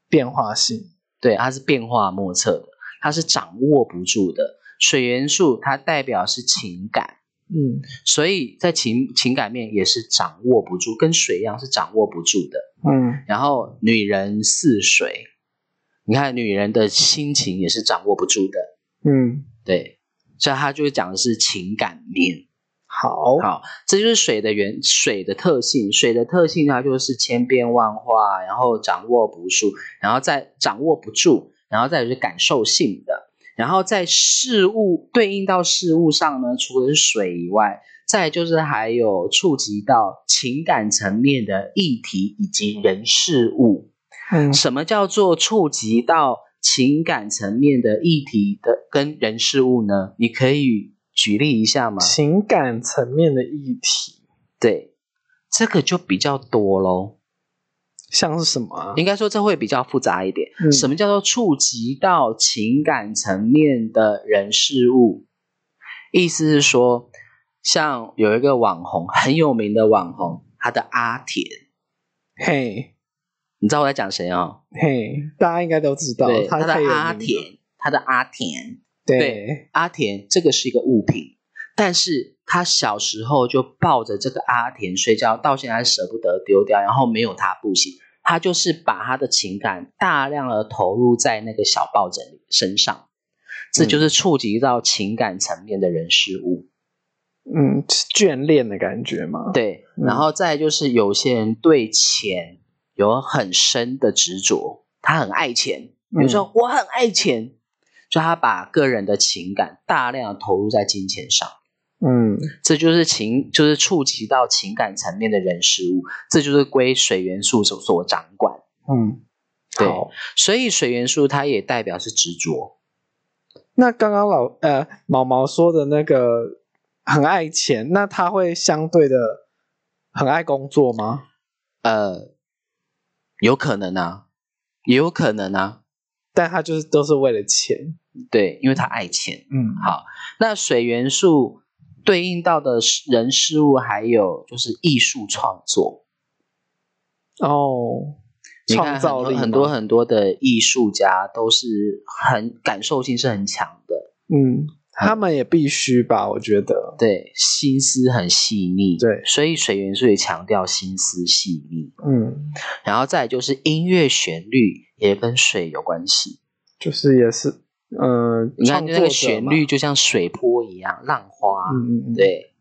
S2: 变化性。
S1: 对，它是变化莫测的，它是掌握不住的。水元素它代表是情感，
S2: 嗯，
S1: 所以在情情感面也是掌握不住，跟水一样是掌握不住的。
S2: 嗯，
S1: 然后女人似水，你看女人的心情也是掌握不住的，
S2: 嗯，
S1: 对，所以他就讲的是情感面。
S2: 好，
S1: 好，这就是水的原水的特性，水的特性它就是千变万化，然后掌握不住，然后再掌握不住，然后再有是感受性的，然后在事物对应到事物上呢，除了是水以外，再就是还有触及到情感层面的议题以及人事物。
S2: 嗯
S1: 什么叫做触及到情感层面的议题的跟人事物呢？你可以举例一下吗？
S2: 情感层面的议题，
S1: 对，这个就比较多喽。
S2: 像是什么啊？
S1: 应该说这会比较复杂一点。
S2: 嗯
S1: 什么叫做触及到情感层面的人事物？意思是说，像有一个网红很有名的网红，他的阿铁，
S2: 嘿，
S1: 你知道我在讲谁哦？
S2: 嘿，大家应该都知道
S1: 对，，他
S2: 它
S1: 的
S2: 太有
S1: 阿
S2: 名了，
S1: 田，他的阿田，
S2: 对，
S1: 阿田这个是一个物品，但是他小时候就抱着这个阿田睡觉，到现在舍不得丢掉，然后没有他不行。他就是把他的情感大量的投入在那个小抱枕身上，这就是触及到情感层面的人事物。
S2: 嗯，眷恋的感觉嘛，，
S1: 对，
S2: 嗯
S1: 然后再就是有些人对钱有很深的执着，他很爱钱，比
S2: 嗯
S1: 如说我很爱钱，就他把个人的情感大量地投入在金钱上。
S2: 嗯，
S1: 这就是情，就是触及到情感层面的人事物，这就是归水元素所所掌管。
S2: 嗯，
S1: 对
S2: 好，
S1: 所以水元素它也代表是执着，
S2: 那刚刚老呃毛毛说的那个很爱钱，那他会相对的很爱工作吗？
S1: 呃，有可能啊，也有可能啊，
S2: 但他就是都是为了钱，
S1: 对，因为他爱钱。
S2: 嗯，
S1: 好，那水元素对应到的事人事物还有就是艺术创作，
S2: 哦，
S1: 你看
S2: 创造力
S1: 很多
S2: 吗
S1: 很多很多的艺术家都是很感受性是很强的，
S2: 嗯，他们也必须吧，我觉得，
S1: 对，心思很细腻，
S2: 对
S1: 所以水元素也强调心思细腻，
S2: 嗯，
S1: 然后再来就是音乐旋律也跟水有关系，
S2: 就是也是，呃，
S1: 你看
S2: 创
S1: 那个
S2: 作
S1: 旋律
S2: 者
S1: 就像水波一样，浪花，
S2: 嘛，嗯嗯，嗯，
S1: 对，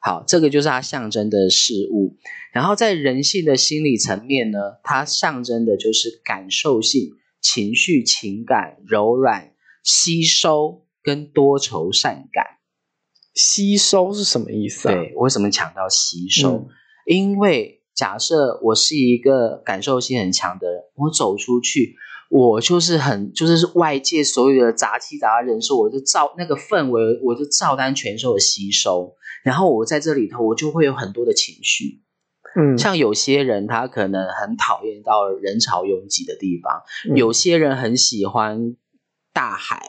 S1: 好，这个就是它象征的事物。然后在人性的心理层面呢，它象征的就是感受性、情绪、情感、柔软、吸收跟多愁善感。
S2: 吸收是什么意思啊？
S1: 对，为什么强调吸收？
S2: 嗯
S1: 因为假设我是一个感受性很强的人，我走出去，我就是很就是外界所有的杂七杂八人数，我就照那个氛围，我就照单全收的吸收。然后我在这里头，我就会有很多的情绪。
S2: 嗯，
S1: 像有些人他可能很讨厌到人潮拥挤的地方，
S2: 嗯
S1: 有些人很喜欢大海，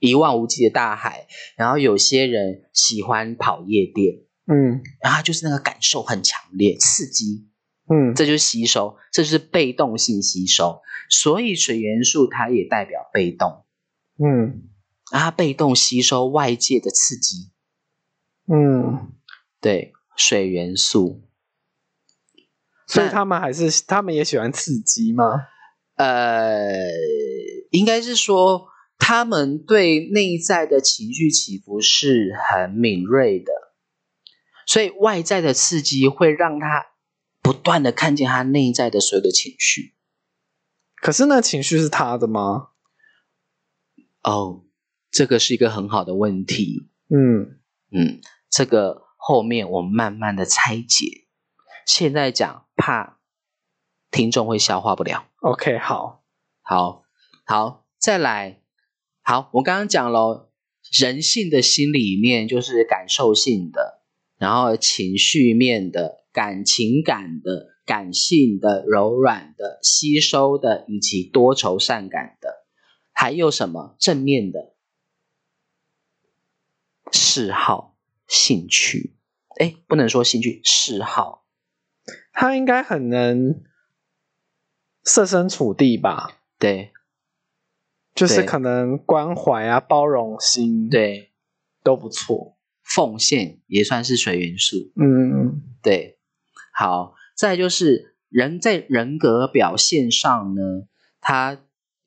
S1: 一望无际的大海。然后有些人喜欢跑夜店，
S2: 嗯
S1: 然后他就是那个感受很强烈，刺激。
S2: 嗯
S1: 这就是吸收，这就是被动性吸收。所以水元素它也代表被动，
S2: 嗯
S1: 啊它被动吸收外界的刺激。
S2: 嗯，
S1: 对，水元素，
S2: 所以
S1: 那
S2: 他们还是他们也喜欢刺激吗？
S1: 呃，应该是说他们对内在的情绪起伏是很敏锐的，所以外在的刺激会让他不断的看见他内在的所有的情绪。
S2: 可是那情绪是他的吗？
S1: 哦，这个是一个很好的问题。
S2: 嗯
S1: 嗯，这个后面我们慢慢的拆解。现在讲怕听众会消化不了。
S2: ，OK，好，
S1: 好，好，再来。好，我刚刚讲了人性的心里面就是感受性的，然后情绪面的、感情感的、感性的、柔软的、吸收的，以及多愁善感的，还有什么正面的嗜好、兴趣？哎，不能说兴趣，嗜好。
S2: 他应该很能设身处地吧，
S1: 对
S2: 就是
S1: 对
S2: 可能关怀啊、包容心，，
S1: 对，
S2: 都不错。
S1: 奉献也算是水元素。
S2: 嗯
S1: 对，好，再来就是人在人格表现上呢，它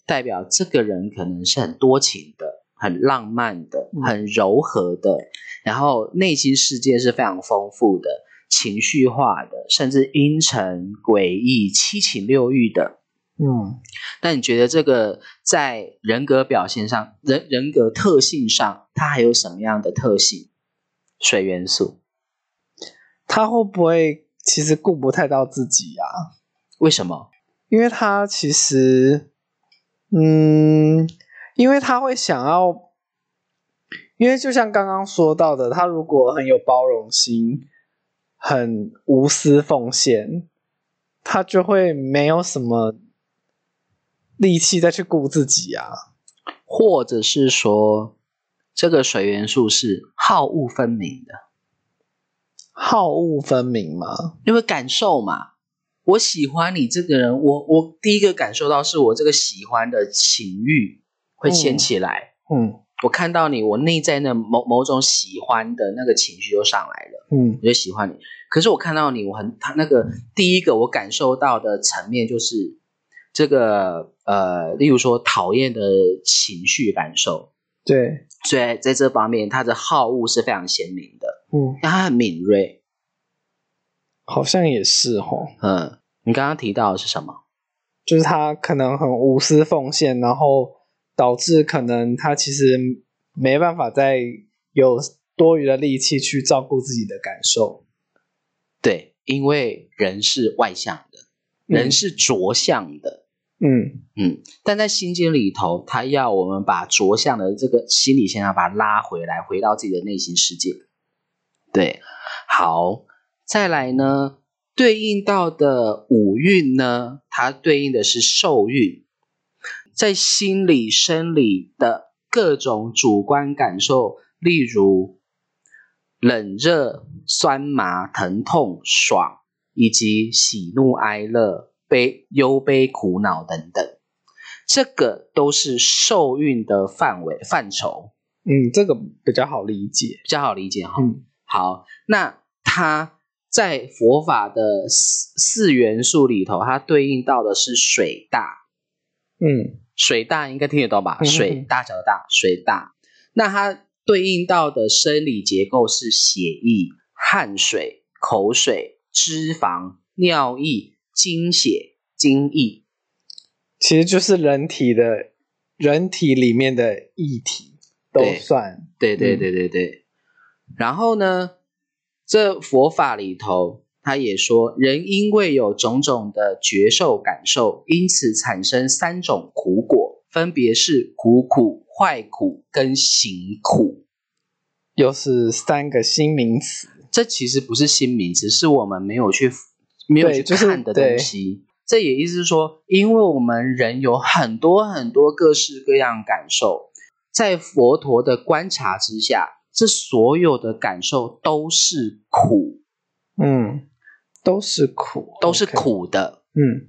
S1: 代表这个人可能是很多情的、很浪漫的、
S2: 嗯
S1: 很柔和的，然后内心世界是非常丰富的、情绪化的，甚至阴沉、诡异、七情六欲的。
S2: 嗯
S1: 那你觉得这个在人格表现上、人人格特性上，它还有什么样的特性？水元素
S2: 他会不会其实顾不太到自己啊？
S1: 为什么？
S2: 因为他其实，嗯，因为他会想要，因为就像刚刚说到的，他如果很有包容心，很无私奉献，他就会没有什么力气再去顾自己啊。
S1: 或者是说这个水元素是好恶分明的，
S2: 好恶分明嘛，
S1: 因为感受嘛，我喜欢你这个人，我我第一个感受到是我这个喜欢的情欲会牵起来，
S2: 嗯
S1: 我看到你，我内在的某某种喜欢的那个情绪就上来了，
S2: 嗯
S1: 我就喜欢你。可是我看到你，我很他那个第一个我感受到的层面就是这个呃，例如说讨厌的情绪感受，
S2: 对，
S1: 所以在这方面，他的好恶是非常鲜明的，
S2: 嗯，
S1: 但他很敏锐。
S2: 好像也是吼，
S1: 嗯，你刚刚提到的是什么？
S2: 就是他可能很无私奉献，然后导致可能他其实没办法再有多余的力气去照顾自己的感受。
S1: 对，因为人是外向的，人是着相的。
S2: 嗯
S1: 嗯，但在心经里头，他要我们把着相的这个心理现象把它拉回来，回到自己的内心世界。对，好，再来呢，对应到的五运呢，它对应的是受运，在心理、生理的各种主观感受，例如冷热、酸麻、疼痛、爽，以及喜怒哀乐、悲忧悲苦恼等等，这个都是受运的范围范畴，
S2: 嗯，这个比较好理解。
S1: 比较好理解哈。
S2: 嗯
S1: 好，那它在佛法的四四元素里头，它对应到的是水大，
S2: 嗯
S1: 水大应该听得懂吧？
S2: 嗯嗯嗯
S1: 水大小的大，水大。那它对应到的生理结构是血液、汗水、口水、脂肪、尿液、精血、精液。
S2: 其实就是人体的人体里面的液体都
S1: 对
S2: 算。
S1: 对对
S2: 嗯
S1: 对对对。然后呢，这佛法里头，他也说，人因为有种种的觉受感受，因此产生三种苦果，分别是苦苦、坏苦跟行苦。
S2: 又是三个新名词。
S1: 这其实不是新名词，是我们没有去没有去
S2: 就是
S1: 看的东西。这也意思是说，因为我们人有很多很多各式各样感受，在佛陀的观察之下，这所有的感受都是苦，
S2: 嗯，都是苦，
S1: 都是
S2: OK。
S1: 苦的。
S2: 嗯，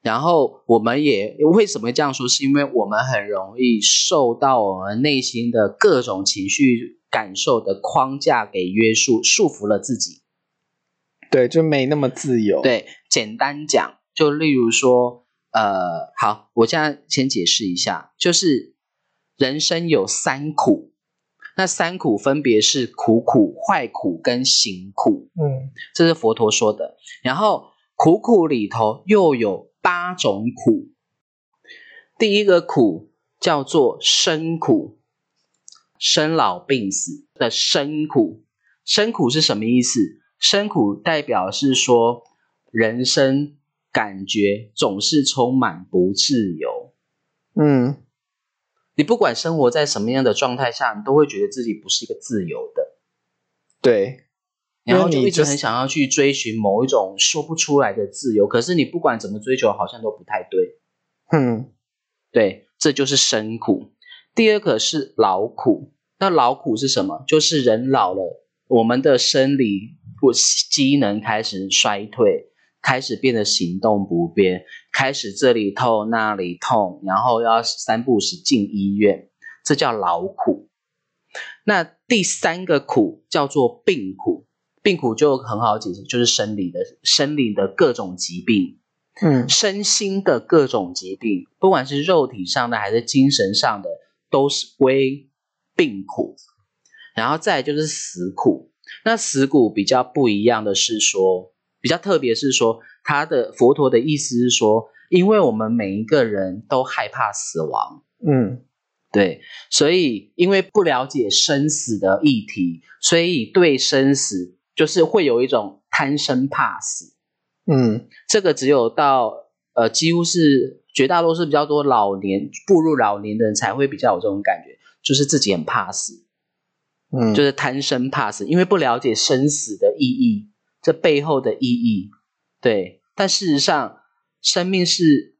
S1: 然后我们也为什么这样说？是因为我们很容易受到我们内心的各种情绪感受的框架给约束，束缚了自己。
S2: 对，就没那么自由。，
S1: 对，简单讲，就例如说，呃，好，我现在先解释一下，就是人生有三苦，那三苦分别是苦苦、坏苦跟行苦，
S2: 嗯，
S1: 这是佛陀说的。然后苦苦里头又有八种苦，第一个苦叫做生苦，生老病死的生苦。生苦是什么意思？生苦代表是说人生感觉总是充满不自由。
S2: 嗯，
S1: 你不管生活在什么样的状态下，你都会觉得自己不是一个自由的。
S2: 对，因为
S1: 然后就
S2: 你
S1: 一直
S2: 就是
S1: 很想要去追寻某一种说不出来的自由，可是你不管怎么追求，好像都不太对。
S2: 嗯，
S1: 对，这就是生苦。第二个是劳苦，那劳苦是什么？就是人老了，我们的生理或机能开始衰退，开始变得行动不便，开始这里痛那里痛，然后要三不五时进医院，这叫劳苦。那第三个苦叫做病苦，病苦就很好解释，就是生理的生理的各种疾病，
S2: 嗯，
S1: 身心的各种疾病，不管是肉体上的还是精神上的，都是归病苦。然后再来就是死苦，那死苦比较不一样的是说，比较特别是说，他的佛陀的意思是说，因为我们每一个人都害怕死亡，
S2: 嗯，
S1: 对，所以因为不了解生死的议题，所以对生死就是会有一种贪生怕死。
S2: 嗯，
S1: 这个只有到呃，几乎是绝大多数比较多老年步入老年的人才会比较有这种感觉，就是自己很怕死，
S2: 嗯，
S1: 就是贪生怕死，因为不了解生死的意义，这背后的意义。对，但事实上，生命是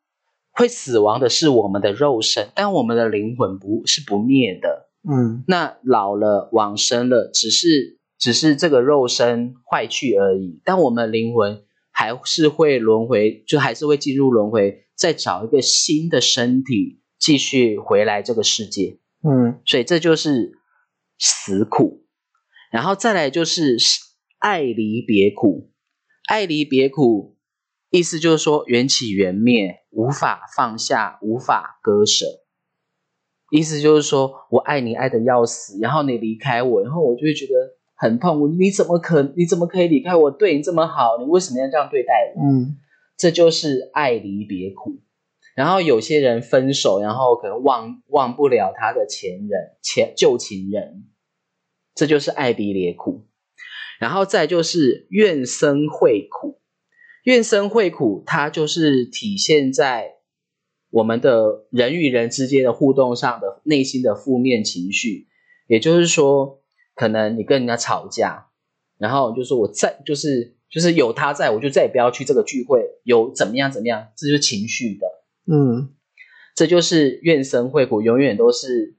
S1: 会死亡的，是我们的肉身，但我们的灵魂不是不灭的。
S2: 嗯，
S1: 那老了往生了，只是只是这个肉身坏去而已，但我们灵魂还是会轮回，就还是会进入轮回，再找一个新的身体继续回来这个世界，
S2: 嗯，
S1: 所以这就是死苦，然后再来就是爱离别苦，爱离别苦意思就是说缘起缘灭，无法放下，无法割舍。意思就是说我爱你爱的要死，然后你离开我，然后我就会觉得很痛苦。你怎么可你怎么可以离开我？对你这么好，你为什么要这样对待我？
S2: 嗯，
S1: 这就是爱离别苦。然后有些人分手，然后可能忘忘不了他的前任、前旧情人，这就是爱离别苦。然后再就是怨生会苦，怨生会苦，它就是体现在我们的人与人之间的互动上的内心的负面情绪。也就是说，可能你跟人家吵架，然后你就说我再就是就是有他在我就再也不要去这个聚会，有怎么样怎么样，这就是情绪的，
S2: 嗯，
S1: 这就是怨声会苦，永远都是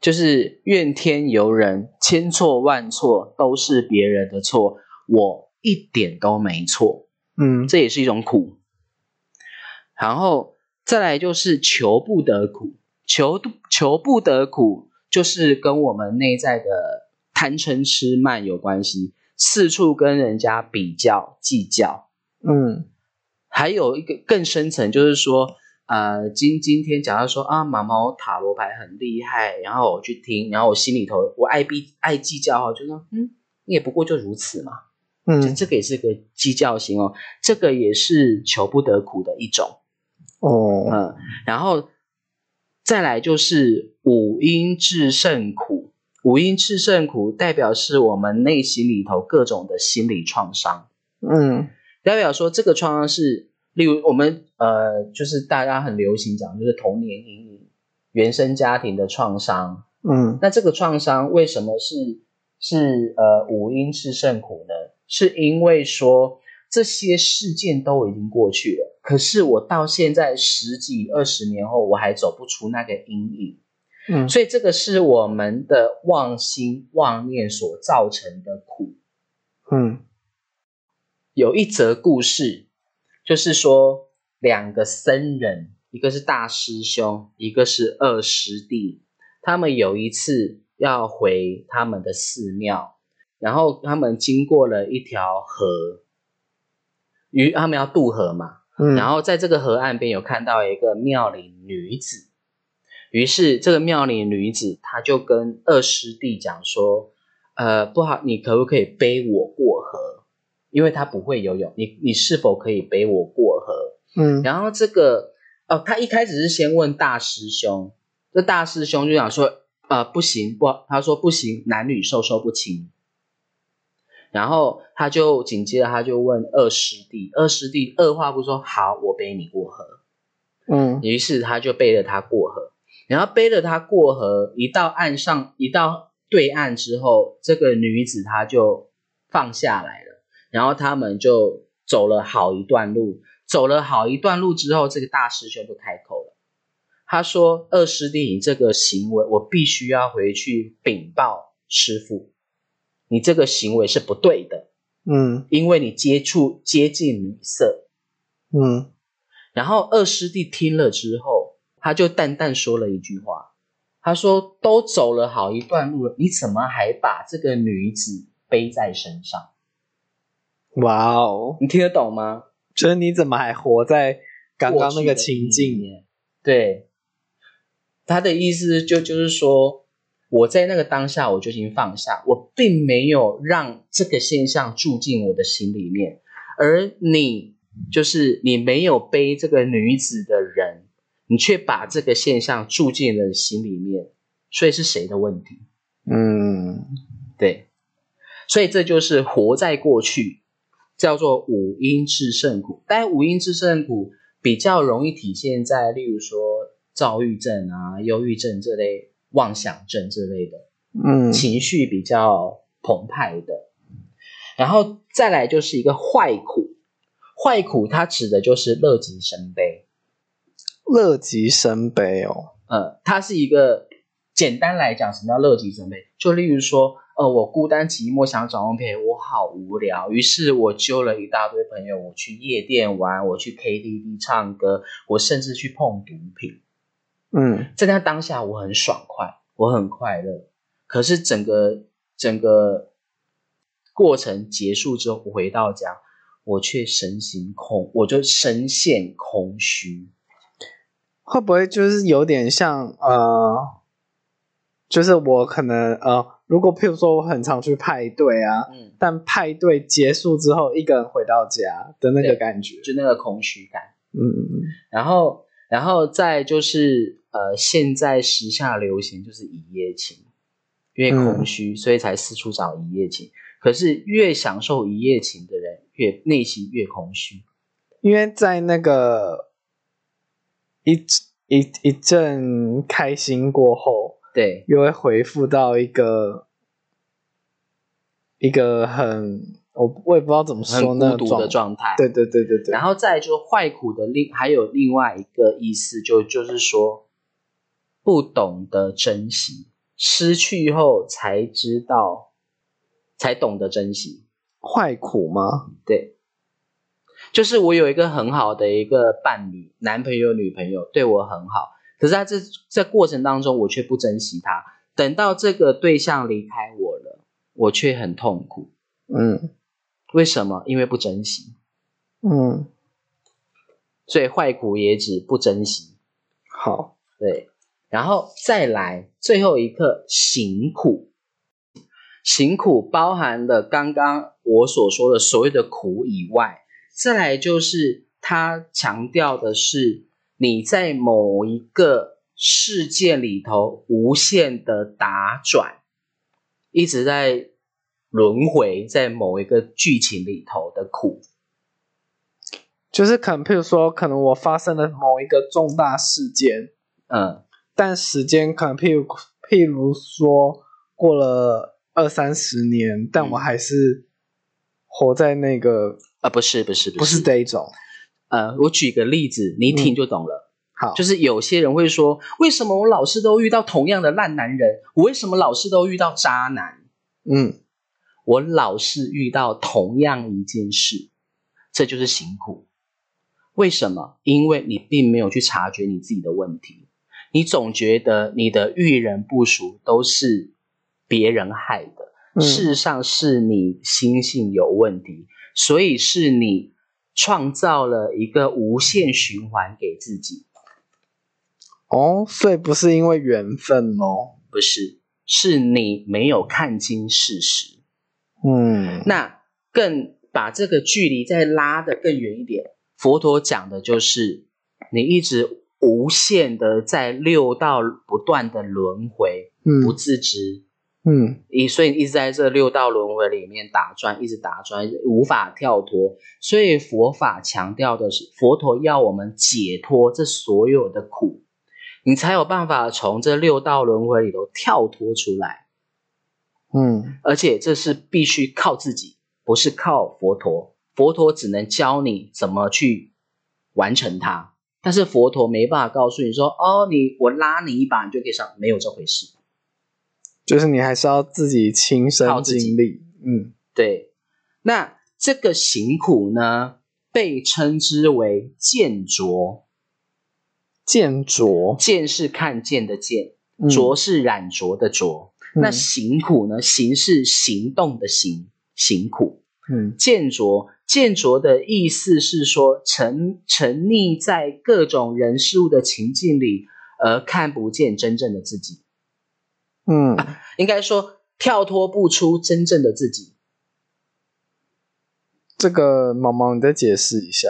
S1: 就是怨天尤人，千错万错都是别人的错，我一点都没错，
S2: 嗯，
S1: 这也是一种苦。然后再来就是求不得苦，求求不得苦就是跟我们内在的贪嗔痴慢有关系，四处跟人家比较计较。
S2: 嗯，
S1: 还有一个更深层，就是说，呃，今今天假如说啊，毛毛塔罗牌很厉害，然后我去听，然后我心里头我爱比爱计较哈，就说嗯，你也不过就如此嘛，这
S2: 嗯，
S1: 这个也是个计较型哦，这个也是求不得苦的一种。
S2: 哦，
S1: 嗯，然后再来就是五阴炽盛苦，五阴炽盛苦代表是我们内心里头各种的心理创伤，
S2: 嗯
S1: 代表说这个创伤是，例如我们呃，就是大家很流行讲，就是童年阴影、原生家庭的创伤。
S2: 嗯
S1: 那这个创伤为什么是是呃五因是甚苦呢？是因为说这些事件都已经过去了，可是我到现在十几二十年后，我还走不出那个阴影。
S2: 嗯
S1: 所以这个是我们的妄心妄念所造成的苦。
S2: 嗯
S1: 有一则故事，就是说两个僧人，一个是大师兄，一个是二师弟，他们有一次要回他们的寺庙，然后他们经过了一条河，于他们要渡河嘛，
S2: 嗯，
S1: 然后在这个河岸边有看到一个妙龄女子，于是这个妙龄女子她就跟二师弟讲说，呃，不好，你可不可以背我过河？因为她不会游泳，你你是否可以背我过河？
S2: 嗯
S1: 然后这个哦，他一开始是先问大师兄，这大师兄就想说，呃，不行，不，他说不行，男女授受不亲。然后他就紧接着他就问二师弟，二师弟二话不说，好，我背你过河。
S2: 嗯
S1: 于是他就背着他过河，然后背着他过河，一到岸上，一到对岸之后，这个女子她就放下来了，然后他们就走了好一段路，走了好一段路之后，这个大师兄就开口了，他说：“二师弟，你这个行为，我必须要回去禀报师傅，你这个行为是不对的，
S2: 嗯
S1: 因为你接触接近女色。”
S2: 嗯
S1: 然后二师弟听了之后，他就淡淡说了一句话，他说：“都走了好一段路了，你怎么还把这个女子背在身上？
S2: 哇哦，
S1: 你听得懂吗？
S2: 就是你怎么还活在刚刚那个情
S1: 过去的阴影里
S2: 境？
S1: 面，对，他的意思就就是说，我在那个当下我就已经放下，我并没有让这个现象住进我的心里面，而你就是你没有背这个女子的人，你却把这个现象住进了心里面，所以是谁的问题？
S2: 嗯
S1: 对，所以这就是活在过去，叫做五阴炽盛苦。但五阴炽盛苦比较容易体现在，例如说躁郁症啊、忧郁症这类、妄想症这类的
S2: 嗯
S1: 情绪比较澎湃的。然后再来就是一个坏苦，坏苦它指的就是乐极生悲。
S2: 乐极生悲哦。
S1: 呃，它是一个简单来讲，什么叫乐极生悲？就例如说，呃，我孤单寂寞想找人陪，我好无聊，于是我揪了一大堆朋友，我去夜店玩，我去 KTV 唱歌，我甚至去碰毒品。
S2: 嗯
S1: 在那当下，我很爽快，我很快乐。可是整个整个过程结束之后，我回到家，我却身心空，我就深陷空虚。
S2: 会不会就是有点像呃，就是我可能呃，如果譬如说我很常去派对啊，
S1: 嗯，
S2: 但派对结束之后一个人回到家的那个
S1: 对
S2: 感觉，
S1: 就那个空虚感。
S2: 嗯
S1: 然后，然后再就是呃，现在时下流行就是一夜情，因
S2: 嗯
S1: 为空虚，所以才四处找一夜情。可是越享受一夜情的人，越内心越空虚。
S2: 因为在那个一一一阵开心过后，
S1: 对
S2: 又会回复到一个一个很我我也不知道怎么
S1: 很
S2: 说
S1: 孤
S2: 那个
S1: 独的状态。
S2: 对对对对对，
S1: 然后再就坏苦的另还有另外一个意思，就就是说不懂得珍惜，失去后才知道，才懂得珍惜。
S2: 坏苦吗？
S1: 对，就是我有一个很好的一个伴侣，男朋友、女朋友对我很好，可是在这在过程当中，我却不珍惜他。等到这个对象离开我了，我却很痛苦。
S2: 嗯
S1: 为什么？因为不珍惜。
S2: 嗯，
S1: 所以坏苦也指不珍惜。
S2: 好，
S1: 对，然后再来最后一课行苦，行苦包含了刚刚我所说的所谓的苦以外，再来就是它强调的是你在某一个事件里头无限的打转，一直在轮回在某一个剧情里头的的苦。
S2: 就是可能，譬如说，可能我发生了某一个重大事件，
S1: 嗯
S2: 但时间可能譬如譬如说过了二三十年，但
S1: 嗯
S2: 我还是活在那个
S1: 啊，不是不是
S2: 不是这嗯一种。
S1: 呃，我举个例子，你一听就懂了。
S2: 好，
S1: 就是有些人会说，为什么我老是都遇到同样的烂男人？我为什么老是都遇到渣男？
S2: 嗯，
S1: 我老是遇到同样一件事，这就是辛苦。为什么？因为你并没有去察觉你自己的问题，你总觉得你的遇人不淑都是别人害的。
S2: 嗯
S1: 事实上是你心性有问题，所以是你创造了一个无限循环给自己，
S2: 哦，所以不是因为缘分咯。
S1: 不是，是你没有看清事实。
S2: 嗯，
S1: 那更把这个距离再拉得更远一点，佛陀讲的就是你一直无限的在六道不断的轮回，不
S2: 嗯
S1: 自知，
S2: 嗯
S1: 你所以一直在这六道轮回里面打转，一直打转，无法跳脱。所以佛法强调的是，佛陀要我们解脱这所有的苦，你才有办法从这六道轮回里头跳脱出来。
S2: 嗯
S1: 而且这是必须靠自己，不是靠佛陀。佛陀只能教你怎么去完成它，但是佛陀没办法告诉你说，哦，你我拉你一把，你就可以上，没有这回事。
S2: 就是你还是要自己亲
S1: 靠
S2: 身
S1: 自己
S2: 经历。嗯
S1: 对，那这个行苦呢，被称之为见浊，
S2: 见着
S1: 见是看见的见，
S2: 嗯
S1: 浊是染浊的浊。那
S2: 嗯
S1: 行苦呢，行是行动的行，行苦。
S2: 嗯
S1: 见浊，见浊的意思是说沉沉溺在各种人事物的情境里，而看不见真正的自己。
S2: 嗯
S1: 应该说，跳脱不出真正的自己，
S2: 这个毛毛，你再解释一下。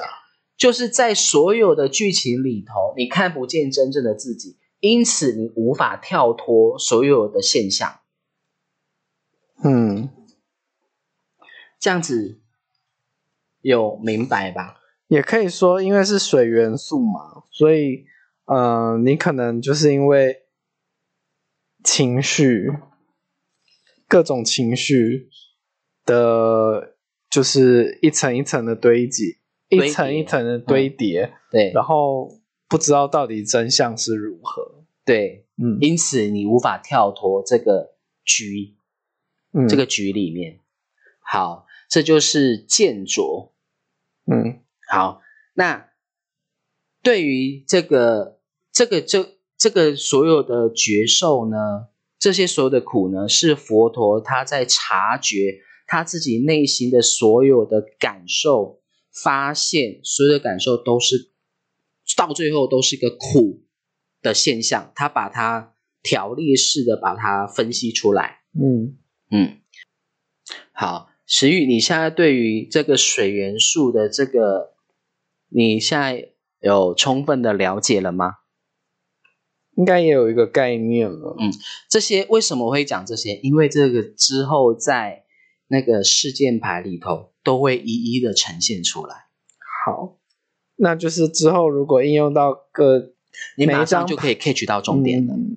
S1: 就是在所有的剧情里头，你看不见真正的自己，因此你无法跳脱所有的现象。
S2: 嗯，
S1: 这样子有明白吧？
S2: 也可以说，因为是水元素嘛，所以，呃，你可能就是因为情绪，各种情绪的，就是一层一层的堆积，
S1: 堆
S2: 一
S1: 叠
S2: 层一层的堆叠，
S1: 对
S2: 然后不知道到底真相是如何。
S1: 对，
S2: 嗯
S1: 因此你无法跳脱这个局
S2: 嗯，
S1: 这个局里面。好，这就是见着。
S2: 嗯
S1: 好，那对于这个这个这这个所有的觉受呢，这些所有的苦呢，是佛陀他在察觉他自己内心的所有的感受，发现所有的感受都是到最后都是一个苦的现象，他把它条列式的把它分析出来。
S2: 嗯
S1: 嗯，好，石玉，你现在对于这个水元素的这个，你现在有充分的了解了吗？
S2: 应该也有一个概念了。
S1: 嗯这些为什么会讲这些？因为这个之后在那个事件牌里头都会一一的呈现出来，
S2: 好，那就是之后如果应用到各
S1: 你
S2: 每
S1: 马
S2: 一张
S1: 上就可以 catch 到重点了。
S2: 嗯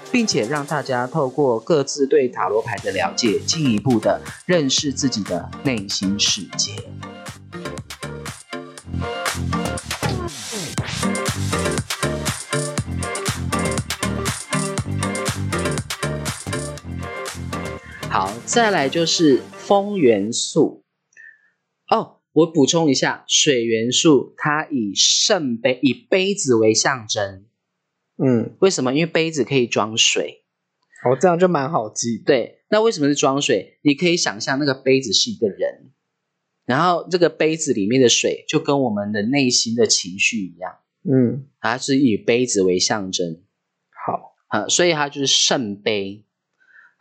S1: 并且让大家透过各自对塔罗牌的了解，进一步的认识自己的内心世界。好，再来就是风元素。哦，我补充一下，水元素它以圣杯以杯子为象征，
S2: 嗯，
S1: 为什么？因为杯子可以装水。
S2: 我这样就蛮好记的。
S1: 对，那为什么是装水？你可以想象那个杯子是一个人，然后这个杯子里面的水就跟我们的内心的情绪一样，
S2: 嗯，
S1: 它是以杯子为象征
S2: 好，
S1: 啊，所以它就是圣杯。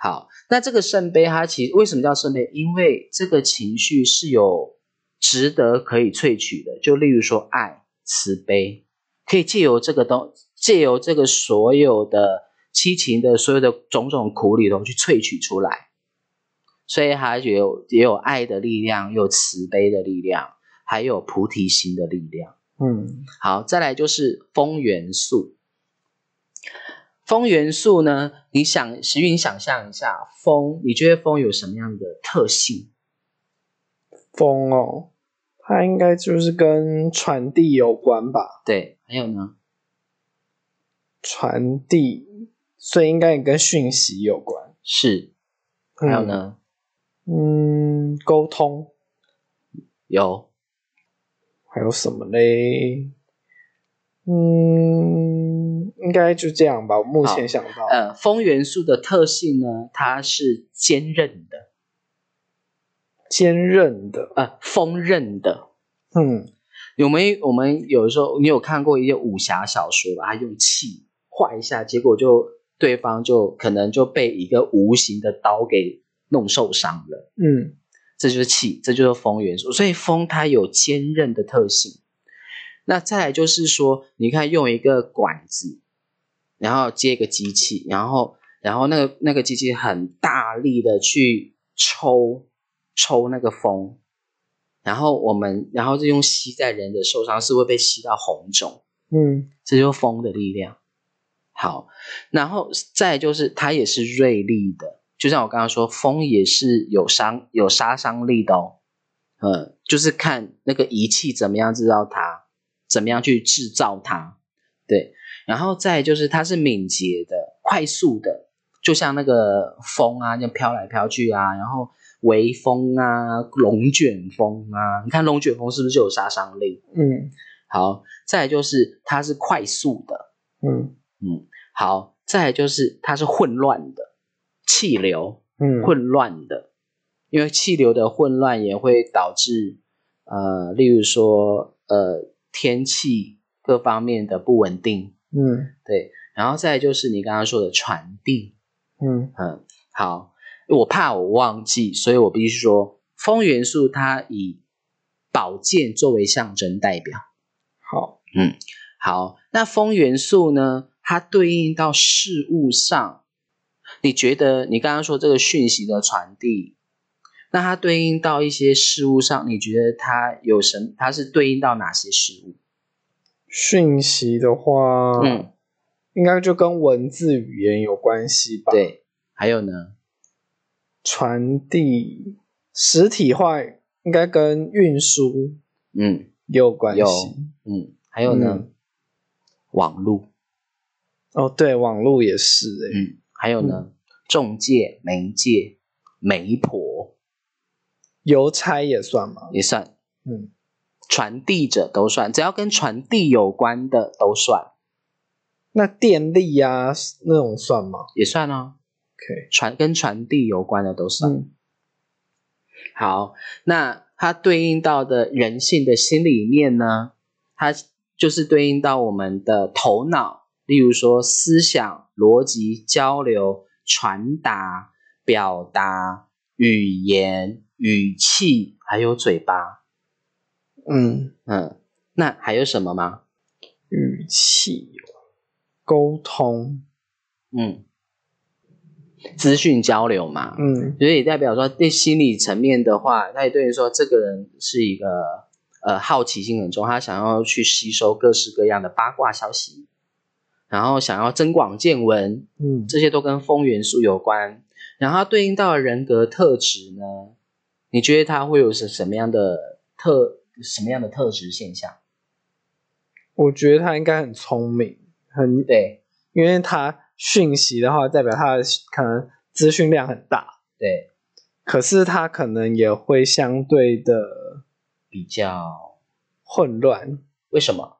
S1: 好，那这个圣杯它其实为什么叫圣杯？因为这个情绪是有值得可以萃取的，就例如说爱、慈悲，可以借由这个东，借由这个所有的七情的所有的种种苦里头去萃取出来，所以它也有也有爱的力量，有慈悲的力量，还有菩提心的力量。
S2: 嗯，
S1: 好，再来就是风元素。风元素呢？你想，石云想象一下，风，你觉得风有什么样的特性？
S2: 风哦，它应该就是跟传递有关吧？
S1: 对，还有呢？
S2: 传递，所以应该也跟讯息有关。
S1: 是，还有呢？
S2: 嗯？嗯，沟通
S1: 有，
S2: 还有什么嘞？嗯，应该就这样吧。我目前想到，
S1: 呃，风元素的特性呢，它是坚韧的，
S2: 坚韧的，
S1: 呃，锋刃的。
S2: 嗯，
S1: 我们我们有时候，你有看过一些武侠小说吧？他用气画一下，结果就对方就可能就被一个无形的刀给弄受伤了。
S2: 嗯
S1: 这就是气，这就是风元素。所以风它有坚韧的特性。那再来就是说，你看用一个管子，然后接一个机器，然后然后那个那个机器很大力的去抽抽那个风，然后我们然后就用吸在人的受伤是会被吸到红肿，
S2: 嗯
S1: 这就是风的力量。好，然后再就是它也是锐利的，就像我刚刚说，风也是有伤有杀伤力的哦。呃，就是看那个仪器怎么样制造它，怎么样去制造它。对，然后再就是它是敏捷的、快速的，就像那个风啊，就飘来飘去啊，然后微风啊、龙卷风啊，你看龙卷风是不是就有杀伤力？
S2: 嗯
S1: 好，再来就是它是快速的，
S2: 嗯
S1: 好，再来就是它是混乱的气流，
S2: 嗯，
S1: 混乱的，因为气流的混乱也会导致呃，例如说呃天气各方面的不稳定，
S2: 嗯
S1: 对，然后再来就是你刚刚说的传递，
S2: 嗯
S1: 嗯，好，我怕我忘记，所以我必须说，风元素它以宝剑作为象征代表。
S2: 好，
S1: 好，那风元素呢？它对应到事物上，你觉得你刚刚说这个讯息的传递，那它对应到一些事物上，你觉得它有什么？它是对应到哪些事物？
S2: 讯息的话，
S1: 嗯，
S2: 应该就跟文字语言有关系吧？，
S1: 对，还有呢？
S2: 传递实体化应该跟运输
S1: 嗯
S2: 也有关
S1: 有
S2: 系。
S1: 嗯，还有呢？
S2: 嗯
S1: 网路，
S2: 哦，对，网络也是、欸，
S1: 嗯，还有呢？中介、媒介、媒婆
S2: 邮差也算嘛？
S1: 也算，
S2: 嗯，
S1: 传递者都算，只要跟传递有关的都算，
S2: 那电力呀、那种算吗
S1: 也算哦。
S2: ？OK，
S1: 传跟传递有关的都算。
S2: 嗯
S1: 好，那它对应到的人性的心里面呢，它就是对应到我们的头脑，例如说思想、逻辑、交流、传达、表达、语言、语气，还有嘴巴。
S2: 嗯，
S1: 嗯，那还有什么吗？
S2: 语气、沟通，
S1: 嗯，资讯交流嘛。
S2: 嗯
S1: 所以也代表说，对心理层面的话，那也对于说，这个人是一个呃好奇心很重，他想要去吸收各式各样的八卦消息，然后想要增广见闻，
S2: 嗯
S1: 这些都跟风元素有关。然后它对应到的人格特质呢，你觉得他会有什什么样的特什么样的特质现象？
S2: 我觉得他应该很聪明，很，
S1: 对
S2: 因为他讯息的话，代表他的可能资讯量很大，
S1: 对，
S2: 可是他可能也会相对的
S1: 比较
S2: 混乱，
S1: 为什么？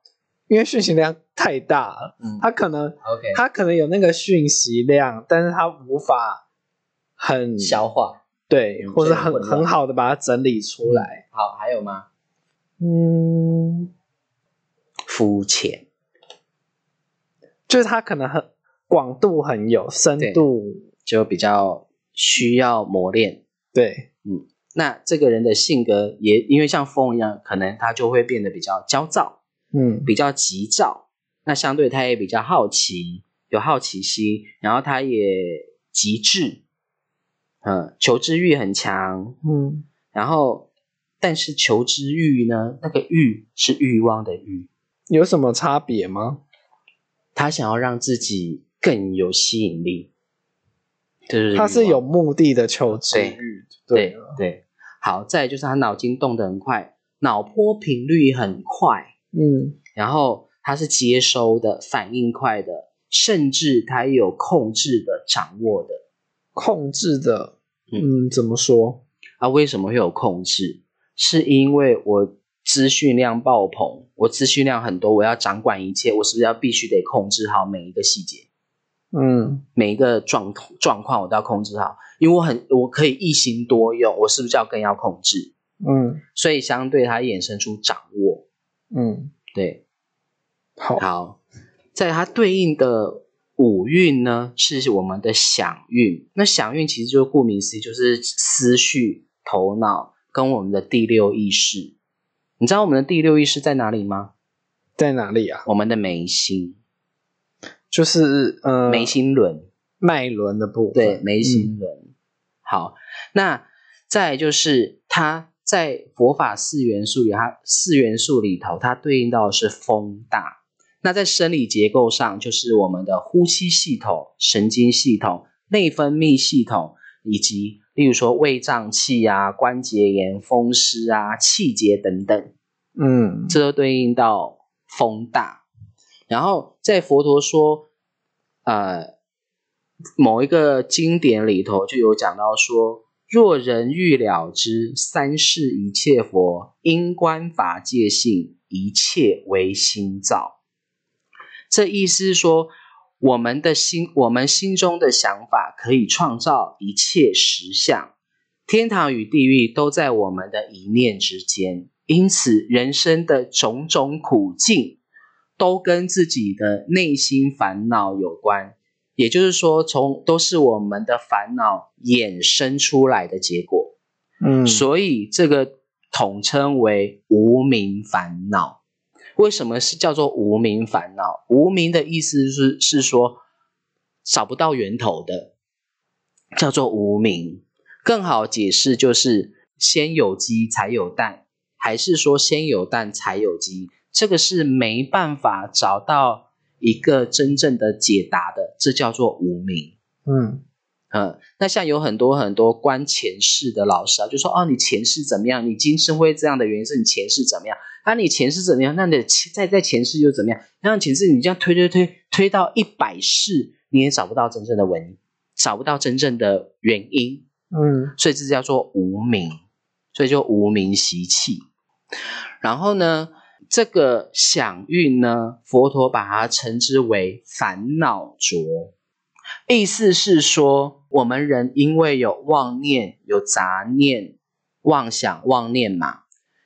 S2: 因为讯息量太大了，
S1: 嗯
S2: 他可能
S1: ，OK，
S2: 他可能有那个讯息量，但是他无法很
S1: 消化
S2: 对，
S1: 嗯
S2: 或
S1: 这
S2: 者
S1: 个
S2: 很
S1: 混乱
S2: 很好的把它整理出来。
S1: 好，还有吗？
S2: 嗯，
S1: 肤浅，
S2: 就是他可能很广度很有深
S1: 对
S2: 度，
S1: 就比较需要磨练。
S2: 对
S1: 那这个人的性格也因为像风一样，可能他就会变得比较焦躁，
S2: 嗯
S1: 比较急躁。那相对他也比较好奇，有好奇心，然后他也极致，嗯，求知欲很强。
S2: 嗯，
S1: 然后，但是求知欲呢，那个欲是欲望的欲，
S2: 有什么差别吗？
S1: 他想要让自己更有吸引力，就是欲
S2: 他是
S1: 望
S2: 有目的的求知欲，
S1: 对
S2: 了
S1: 对，好，再来就是他脑筋动得很快，脑波频率很快，
S2: 嗯
S1: 然后他是接收的，反应快的，甚至他也有控制的、掌握的。
S2: 控制的，
S1: 嗯
S2: 嗯，怎么说？
S1: 啊，为什么会有控制？是因为我资讯量爆棚，我资讯量很多，我要掌管一切，我是不是要必须得控制好每一个细节？
S2: 嗯
S1: 每一个状状况我都要控制好，因为我很我可以一心多用，我是不是要更要控制？
S2: 嗯
S1: 所以相对它衍生出掌握，
S2: 嗯，
S1: 对，
S2: 好，
S1: 好，在它对应的五运呢，是我们的想运。那想运其实就是顾名思义，就是思绪、头脑跟我们的第六意识。你知道我们的第六意识在哪里吗？
S2: 在哪里啊？
S1: 我们的眉心，
S2: 就是呃，
S1: 眉心轮。
S2: 脉轮的部分，
S1: 对，眉
S2: 嗯
S1: 心轮。好，那再来就是它在佛法四元素里，它四元素里头，它对应到的是风大。那在生理结构上，就是我们的呼吸系统、神经系统、内分泌系统，以及例如说胃胀气啊、关节炎、风湿啊、气结等等。
S2: 嗯，
S1: 这都对应到风大。然后在佛陀说，呃，某一个经典里头就有讲到说，若人欲了知三世一切佛，因观法界性，一切唯心造。这意思是说，我们的心，我们心中的想法可以创造一切实相，天堂与地狱都在我们的一念之间。因此，人生的种种苦境都跟自己的内心烦恼有关，也就是说，从都是我们的烦恼衍生出来的结果。
S2: 嗯，
S1: 所以这个统称为无名烦恼。为什么是叫做无名烦恼？无名的意思是是说找不到源头的，叫做无名。更好解释就是先有鸡才有蛋，还是说先有蛋才有鸡？这个是没办法找到一个真正的解答的，这叫做无名。
S2: 嗯
S1: 嗯，那像有很多很多关前世的老师啊，就说哦，你前世怎么样，你今生会这样的原因是你前世怎么样，啊，你前世怎么样，那你的前再在前世又怎么样，然后前世你这样推推推推到一百世，你也找不到真正的文，找不到真正的原因，
S2: 嗯
S1: 所以这叫做无名，所以就无名习气。然后呢，这个响运呢，佛陀把它称之为烦恼浊，意思是说，我们人因为有妄念、有杂念、妄想、妄念嘛，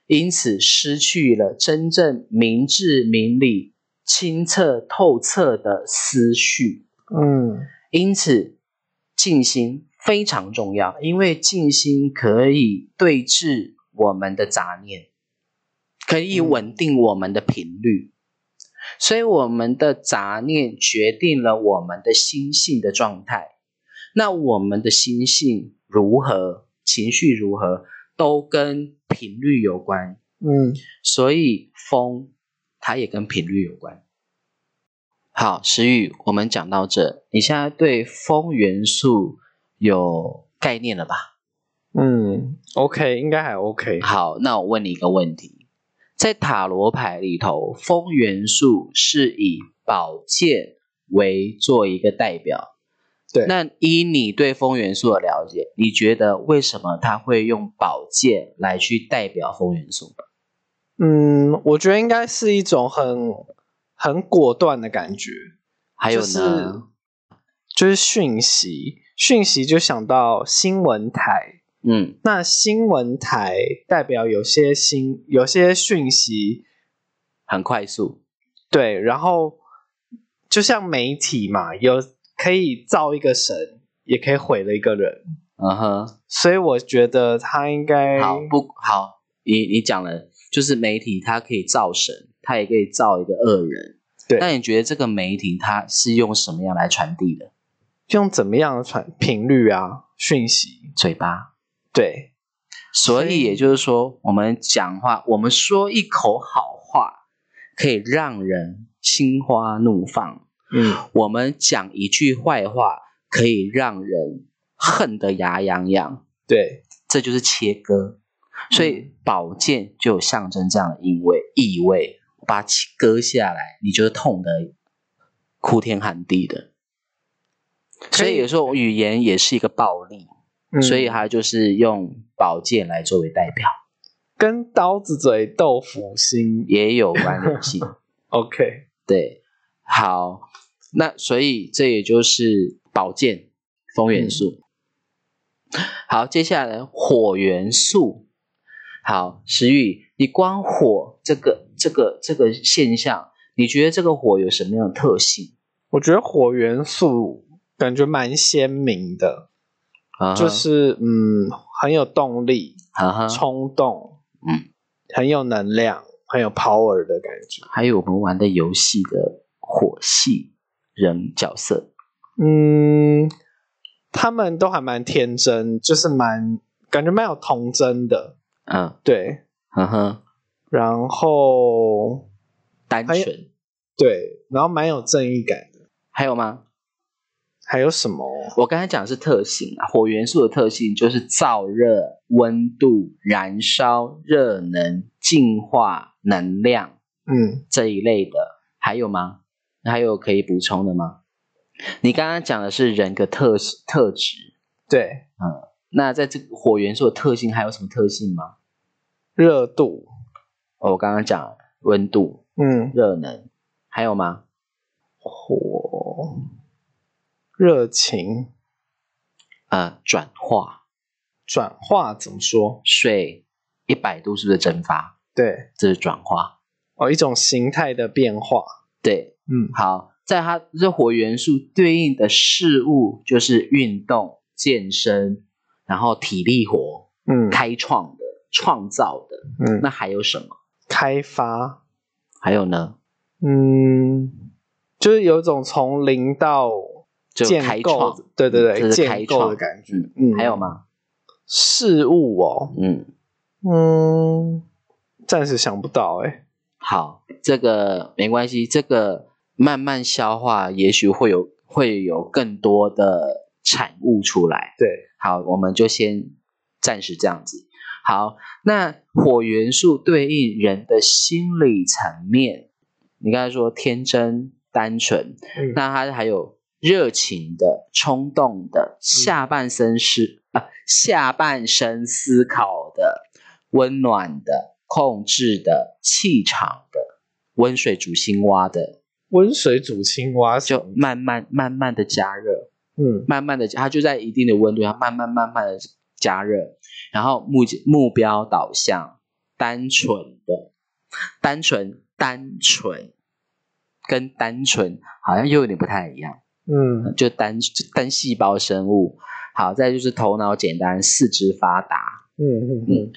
S1: 因此失去了真正明智、明理、清澈、透彻的思绪。
S2: 嗯
S1: 因此，静心非常重要，因为静心可以对治我们的杂念，可以稳定我们的频率。所以，我们的杂念决定了我们的心性的状态。那我们的心性如何，情绪如何，都跟频率有关。
S2: 嗯，
S1: 所以风它也跟频率有关。好，石宇，我们讲到这，你现在对风元素有概念了吧？
S2: 嗯，OK，应该还 OK。
S1: 好，那我问你一个问题，在塔罗牌里头，风元素是以宝剑为做一个代表。
S2: 对
S1: 那依你对风元素的了解，你觉得为什么他会用宝剑来去代表风元素？
S2: 嗯，我觉得应该是一种很很果断的感觉。
S1: 还有呢，
S2: 就是就是讯息，讯息就想到新闻台。
S1: 嗯，
S2: 那新闻台代表有些新有些讯息，
S1: 很快速，
S2: 对，然后就像媒体嘛，有可以造一个神，也可以毁了一个人，
S1: 嗯哼，
S2: 所以我觉得他应该
S1: 好不好？你你讲了，就是媒体它可以造神，它也可以造一个恶人。
S2: 对
S1: 那你觉得这个媒体它是用什么样来传递的？
S2: 用怎么样的传频率啊讯息，
S1: 嘴巴。
S2: 对
S1: 所
S2: 所
S1: 以
S2: 以
S1: 也就是说，我们讲话，我们说一口好话，可以让人心花怒放；
S2: 嗯，
S1: 我们讲一句坏话，可以让人恨得牙痒痒。
S2: 对，
S1: 这就是切割。所以宝剑就有象征这样的意味，意味把它切割下来，你就是痛的哭天喊地的。所以有时候语言也是一个暴力，
S2: 嗯
S1: 所以它就是用宝剑来作为代表，
S2: 跟刀子嘴豆腐心
S1: 也有关联性。
S2: ，OK，
S1: 对，好，那所以这也就是宝剑风元素。嗯好，接下来火元素。好，石玉，你光火这个这个这个现象，你觉得这个火有什么样的特性？
S2: 我觉得火元素感觉蛮鲜明的，
S1: 啊哈
S2: 就是嗯很有动力，
S1: 啊哈，
S2: 冲动，
S1: 嗯，
S2: 很有能量，很有 power 的感觉。
S1: 还有我们玩的游戏的火系人角色，
S2: 嗯，他们都还蛮天真，就是蛮感觉蛮有童真的，
S1: 嗯，
S2: 对。
S1: 呵呵，
S2: 然后
S1: 单
S2: 还有
S1: 纯，
S2: 对，然后蛮有正义感的。
S1: 还有吗？
S2: 还有什么？
S1: 我刚才讲的是特性啊，火元素的特性就是燥热、温度、燃烧、热能、净化、能量
S2: 嗯，
S1: 这一类的，还有吗？还有可以补充的吗？你刚刚讲的是人的特特质，
S2: 对，
S1: 那在这个火元素的特性还有什么特性吗？
S2: 热度，
S1: 哦我刚刚讲了温度、
S2: 嗯，
S1: 热能，还有吗？
S2: 火，嗯热情
S1: 呃，转化
S2: 转化怎么说？
S1: 水一百度是不是蒸发？
S2: 对，
S1: 这是转化，
S2: 哦，一种形态的变化。
S1: 对，
S2: 嗯，
S1: 好，在它这火元素对应的事物就是运动、健身，然后体力活、
S2: 嗯
S1: 开创的、创造的。
S2: 嗯，
S1: 那还有什么？
S2: 开发，
S1: 还有呢？
S2: 嗯，就是有一种从零到
S1: 就
S2: 建
S1: 开
S2: 构
S1: 创
S2: 的，对对对，
S1: 这是开
S2: 建构
S1: 创
S2: 的感觉。
S1: 嗯
S2: 嗯
S1: 还有吗？
S2: 事物哦，
S1: 嗯，
S2: 嗯，暂时想不到哎、
S1: 好，这个没关系，这个慢慢消化，也许会有会有更多的产物出来。
S2: 对，
S1: 好，我们就先暂时这样子。好，那火元素对应人的心理层面，你刚才说天真、单纯，
S2: 嗯
S1: 那它还有热情的、冲动的、下半身思啊、下半身思考的、温暖的、控制的、气场的、温水煮青蛙的，
S2: 温水煮青蛙什
S1: 就
S2: 么
S1: 慢慢慢慢的加热。
S2: 嗯
S1: 慢慢的，它就在一定的温度，它慢慢慢慢的加热，然后目目标导向，单纯的，单纯单纯，跟单纯好像又有点不太一样，
S2: 嗯
S1: 就单就单细胞生物。好，再就是头脑简单，四肢发达。
S2: 嗯嗯嗯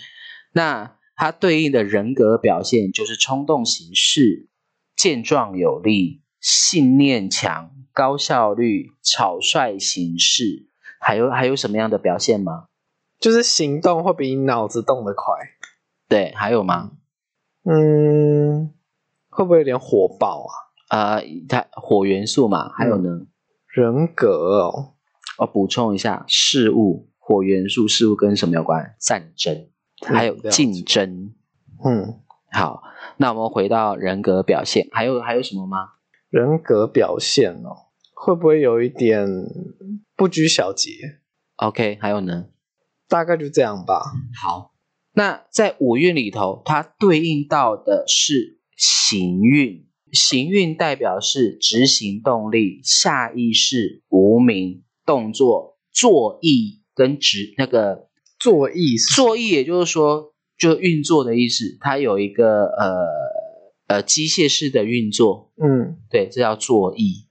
S1: 那它对应的人格表现就是冲动行事、健壮有力、信念强、高效率、草率行事。还有还有什么样的表现吗？
S2: 就是行动会比脑子动得快。
S1: 对，还有吗？
S2: 嗯，会不会有点火爆啊？
S1: 呃，它火元素嘛，还有呢？
S2: 人格哦，
S1: 我补充一下，事物火元素事物跟什么有关？战争，还有
S2: 嗯了解
S1: 竞争。
S2: 嗯，
S1: 好，那我们回到人格表现，还有还有什么吗？
S2: 人格表现哦，会不会有一点不拘小节？
S1: OK，还有呢？
S2: 大概就这样吧。
S1: 好，那在五运里头，它对应到的是行运，行运代表是执行动力、下意识、无名、动作、作意跟执那个
S2: 作意是
S1: 作意，也就是说就运作的意思，它有一个呃呃机械式的运作，
S2: 嗯
S1: 对，这叫作意。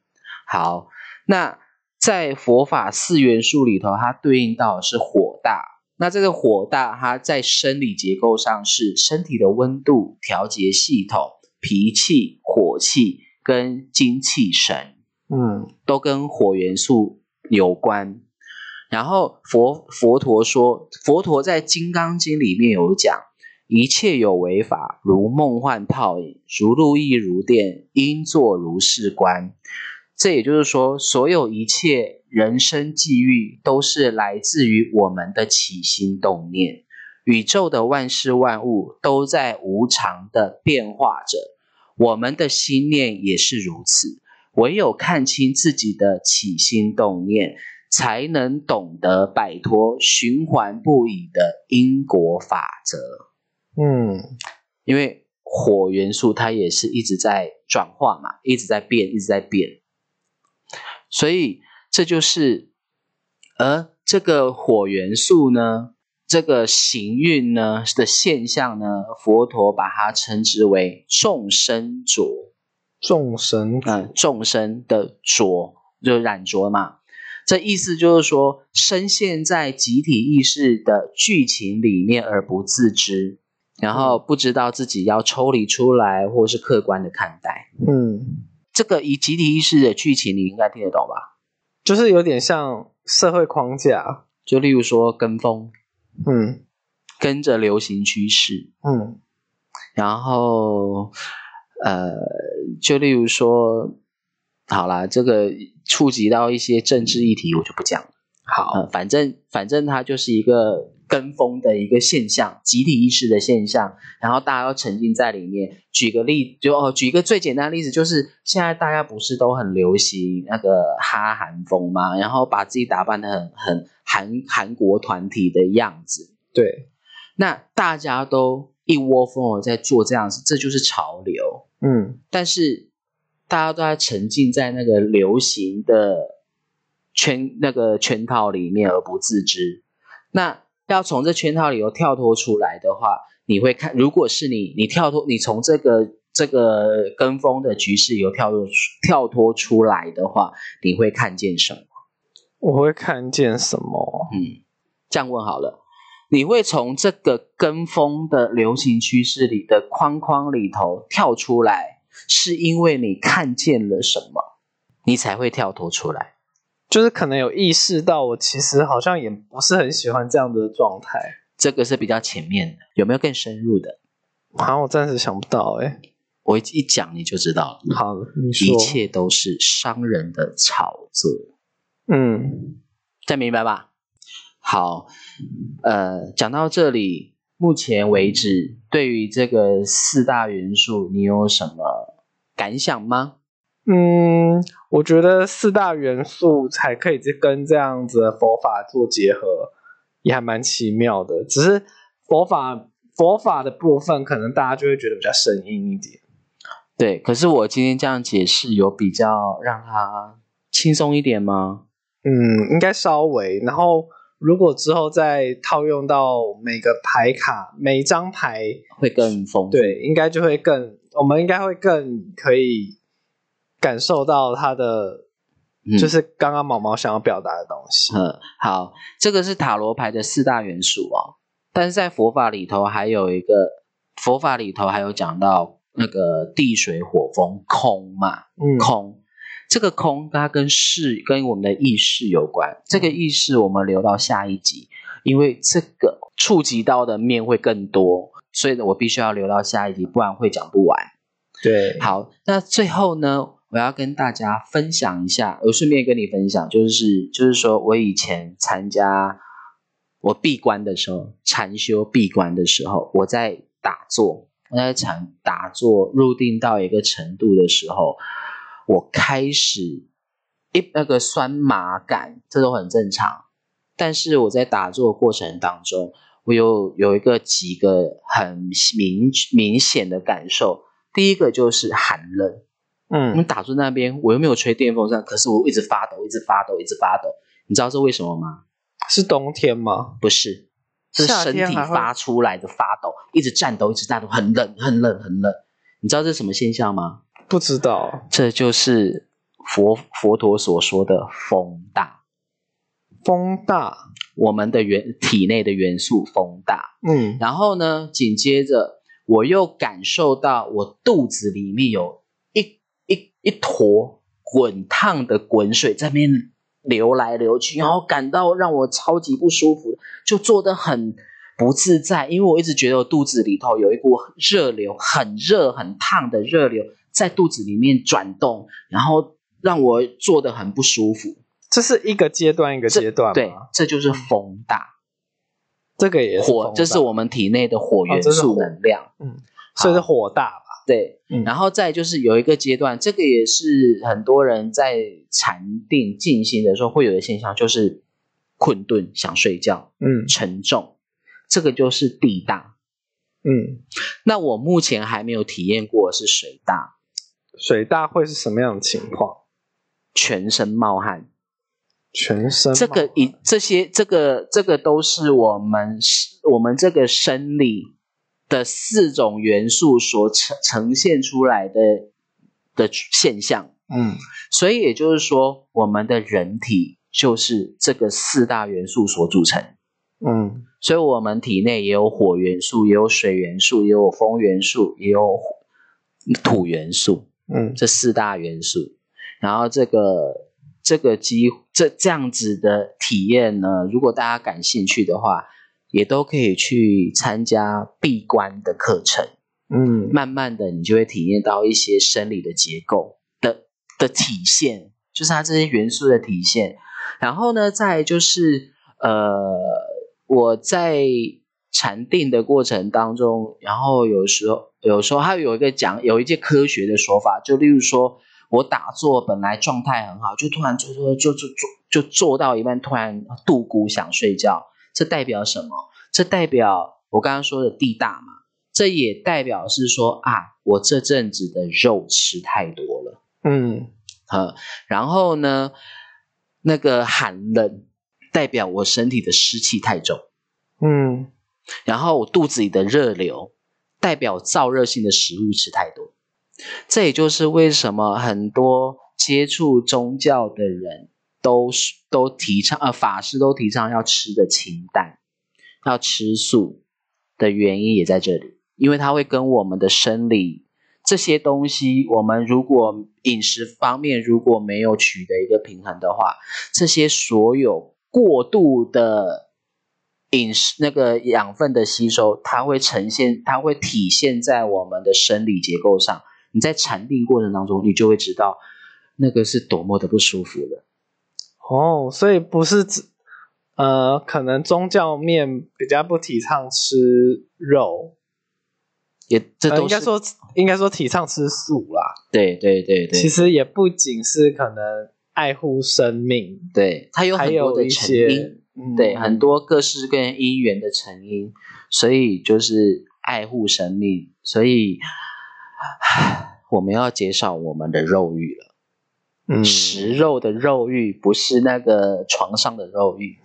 S1: 好，那在佛法四元素里头，它对应到的是火大。那这个火大，它在生理结构上是身体的温度调节系统、脾气、火气跟精气神。
S2: 嗯
S1: 都跟火元素有关。然后佛佛陀说，佛陀在《金刚经》里面有讲，一切有为法，如梦幻泡影，如露亦如电，应作如是观。这也就是说，所有一切人生际遇都是来自于我们的起心动念。宇宙的万事万物都在无常的变化着，我们的心念也是如此。唯有看清自己的起心动念，才能懂得摆脱循环不已的因果法则。
S2: 嗯
S1: 因为火元素它也是一直在转化嘛，一直在变，一直在变，所以这就是，而这个火元素呢，这个行运呢的现象呢，佛陀把它称之为众生浊。
S2: 众神
S1: 嗯，众生的浊，就染浊嘛。这意思就是说，深陷在集体意识的剧情里面而不自知，然后不知道自己要抽离出来，或是客观的看待
S2: 嗯，
S1: 这个以集体意识的剧情，你应该听得懂吧？
S2: 就是有点像社会框架，
S1: 就例如说跟风，
S2: 嗯
S1: 跟着流行趋势，
S2: 嗯
S1: 然后呃，就例如说，好啦，这个触及到一些政治议题，我就不讲了。
S2: 好，
S1: 呃，反正反正它就是一个跟风的一个现象，集体意识的现象，然后大家都沉浸在里面。举个例，就哦，举一个最简单的例子，就是现在大家不是都很流行那个哈韩风嘛，然后把自己打扮的很很韩韩国团体的样子，
S2: 对，
S1: 那大家都一窝蜂的在做这样子，这就是潮流。
S2: 嗯
S1: 但是大家都在沉浸在那个流行的圈那个圈套里面而不自知。那要从这圈套里头跳脱出来的话，你会看，如果是你，你跳脱，你从这个这个跟风的局势里头跳脱出跳脱出来的话，你会看见什么？
S2: 我会看见什么？
S1: 嗯，这样问好了，你会从这个跟风的流行趋势里的框框里头跳出来，是因为你看见了什么，你才会跳脱出来。
S2: 就是可能有意识到，我其实好像也不是很喜欢这样的状态。
S1: 这个是比较前面的，有没有更深入的？
S2: 好像我暂时想不到、欸，
S1: 我一讲你就知道了，
S2: 好，你说，
S1: 一切都是商人的炒作。
S2: 嗯
S1: 这样明白吧？好，呃，讲到这里，目前为止，对于这个四大元素，你有什么感想吗？
S2: 嗯，我觉得四大元素才可以跟这样子的佛法做结合，也还蛮奇妙的。只是佛法佛法的部分，可能大家就会觉得比较生硬一点。
S1: 对，可是我今天这样解释，有比较让他轻松一点吗？
S2: 嗯，应该稍微。然后，如果之后再套用到每个牌卡、每一张牌，
S1: 会更丰富。，
S2: 对，应该就会更，我们应该会更可以感受到它的，
S1: 嗯
S2: 就是刚刚毛毛想要表达的东西。
S1: 呃，好，这个是塔罗牌的四大元素哦，但是在佛法里头还有一个，佛法里头还有讲到那个地水火风空嘛，
S2: 嗯，
S1: 空，这个空它跟事跟我们的意识有关。这个意识我们留到下一集，因为这个触及到的面会更多，所以呢，我必须要留到下一集，不然会讲不完。
S2: 对，
S1: 好，那最后呢，我要跟大家分享一下，我顺便跟你分享，就是就是说我以前参加我闭关的时候，禅修闭关的时候，我在打坐，我在禅打坐入定到一个程度的时候，我开始一那个酸麻感，这都很正常。但是我在打坐的过程当中，我有有一个几个很明明显的感受，第一个就是寒冷，我们
S2: 嗯，
S1: 打坐那边，我又没有吹电风扇，可是我一直发抖，一直发抖，一直发抖。你知道是为什么吗？
S2: 是冬天吗？
S1: 不是，是
S2: 夏
S1: 身
S2: 天
S1: 体
S2: 还会
S1: 发出来的发抖，一直颤抖，一直颤抖，很冷，很冷，很冷。你知道这是什么现象吗？
S2: 不知道，
S1: 这就是佛佛陀所说的风大，
S2: 风大，
S1: 我们的元体内的元素风大。
S2: 嗯
S1: 然后呢，紧接着我又感受到我肚子里面有一一一坨滚烫的滚水在那边流来流去，然后感到让我超级不舒服，就坐得很不自在，因为我一直觉得我肚子里头有一股热流，很热很烫的热流在肚子里面转动，然后让我坐得很不舒服。
S2: 这是一个阶段一个
S1: 这
S2: 阶段吗
S1: 对，这就是风大。
S2: 这个也是
S1: 火
S2: 风，
S1: 这是
S2: 大哦
S1: 我们体内的火元
S2: 这是
S1: 素
S2: 火
S1: 能量。
S2: 嗯，所以是火大吧？
S1: 对，
S2: 嗯
S1: 然后再就是有一个阶段，这个也是很多人在禅定静心的时候会有的现象，就是困顿、想睡觉、
S2: 嗯
S1: 沉重，这个就是地大。
S2: 嗯，
S1: 那我目前还没有体验过是水大，
S2: 水大会是什么样的情况？
S1: 全身冒汗。
S2: 全身
S1: 这个
S2: 吗
S1: 一这些这个这个都是我们我们这个生理的四种元素所呈呈现出来的的现象。
S2: 嗯
S1: 所以也就是说，我们的人体就是这个四大元素所组成。
S2: 嗯
S1: 所以我们体内也有火元素，也有水元素，也有风元素，也有土元素，
S2: 嗯
S1: 这四大元素。然后这个这个机这这样子的体验呢，如果大家感兴趣的话，也都可以去参加闭关的课程。
S2: 嗯
S1: 慢慢的，你就会体验到一些生理的结构的的体现，就是它这些元素的体现。然后呢，再来就是呃，我在禅定的过程当中，然后有时候有时候它有一个讲有一些科学的说法，就例如说我打坐本来状态很好，就突然坐坐就就就就坐到一半，突然肚骨想睡觉，这代表什么？这代表我刚刚说的地大嘛。这也代表是说啊，我这阵子的肉吃太多了，
S2: 嗯
S1: 呃，然后呢，那个寒冷代表我身体的湿气太重，
S2: 嗯
S1: 然后我肚子里的热流代表燥热性的食物吃太多，这也就是为什么很多接触宗教的人都是都提倡，呃，法师都提倡要吃的清淡，要吃素的原因也在这里，因为它会跟我们的生理这些东西，我们如果饮食方面如果没有取得一个平衡的话，这些所有过度的饮食那个养分的吸收，它会呈现，它会体现在我们的生理结构上。你在禅定过程当中，你就会知道那个是多么的不舒服了。
S2: 哦，所以不是指呃，可能宗教面比较不提倡吃肉，
S1: 也这
S2: 呃、
S1: 都
S2: 应
S1: 是、
S2: 该说应该说提倡吃素啦。
S1: 对对对
S2: 其
S1: 对
S2: 实也不仅是可能爱护生命，
S1: 对，它有
S2: 还
S1: 很多
S2: 有
S1: 的
S2: 一
S1: 成
S2: 些
S1: 因，
S2: 嗯
S1: 对很多各式各样因缘的成因，所以就是爱护生命，所以 我们要减少我们的肉欲了。
S2: 嗯
S1: 食肉的肉欲，不是那个床上的肉欲。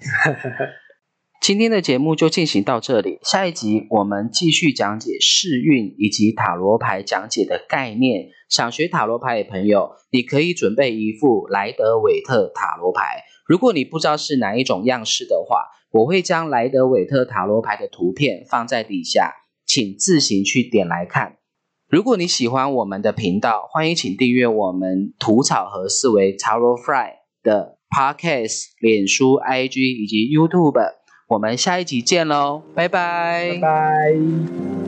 S1: 今天的节目就进行到这里，下一集我们继续讲解试运以及塔罗牌讲解的概念。想学塔罗牌的朋友，你可以准备一副莱德韦特塔罗牌。如果你不知道是哪一种样式的话，我会将莱德韦特塔罗牌的图片放在底下，请自行去点来看。如果你喜欢我们的频道，欢迎请订阅我们吐草和思维 Taro Fry 的 Podcast、脸书、IG 以及 YouTube。我们下一集见喽，拜拜
S2: 拜拜。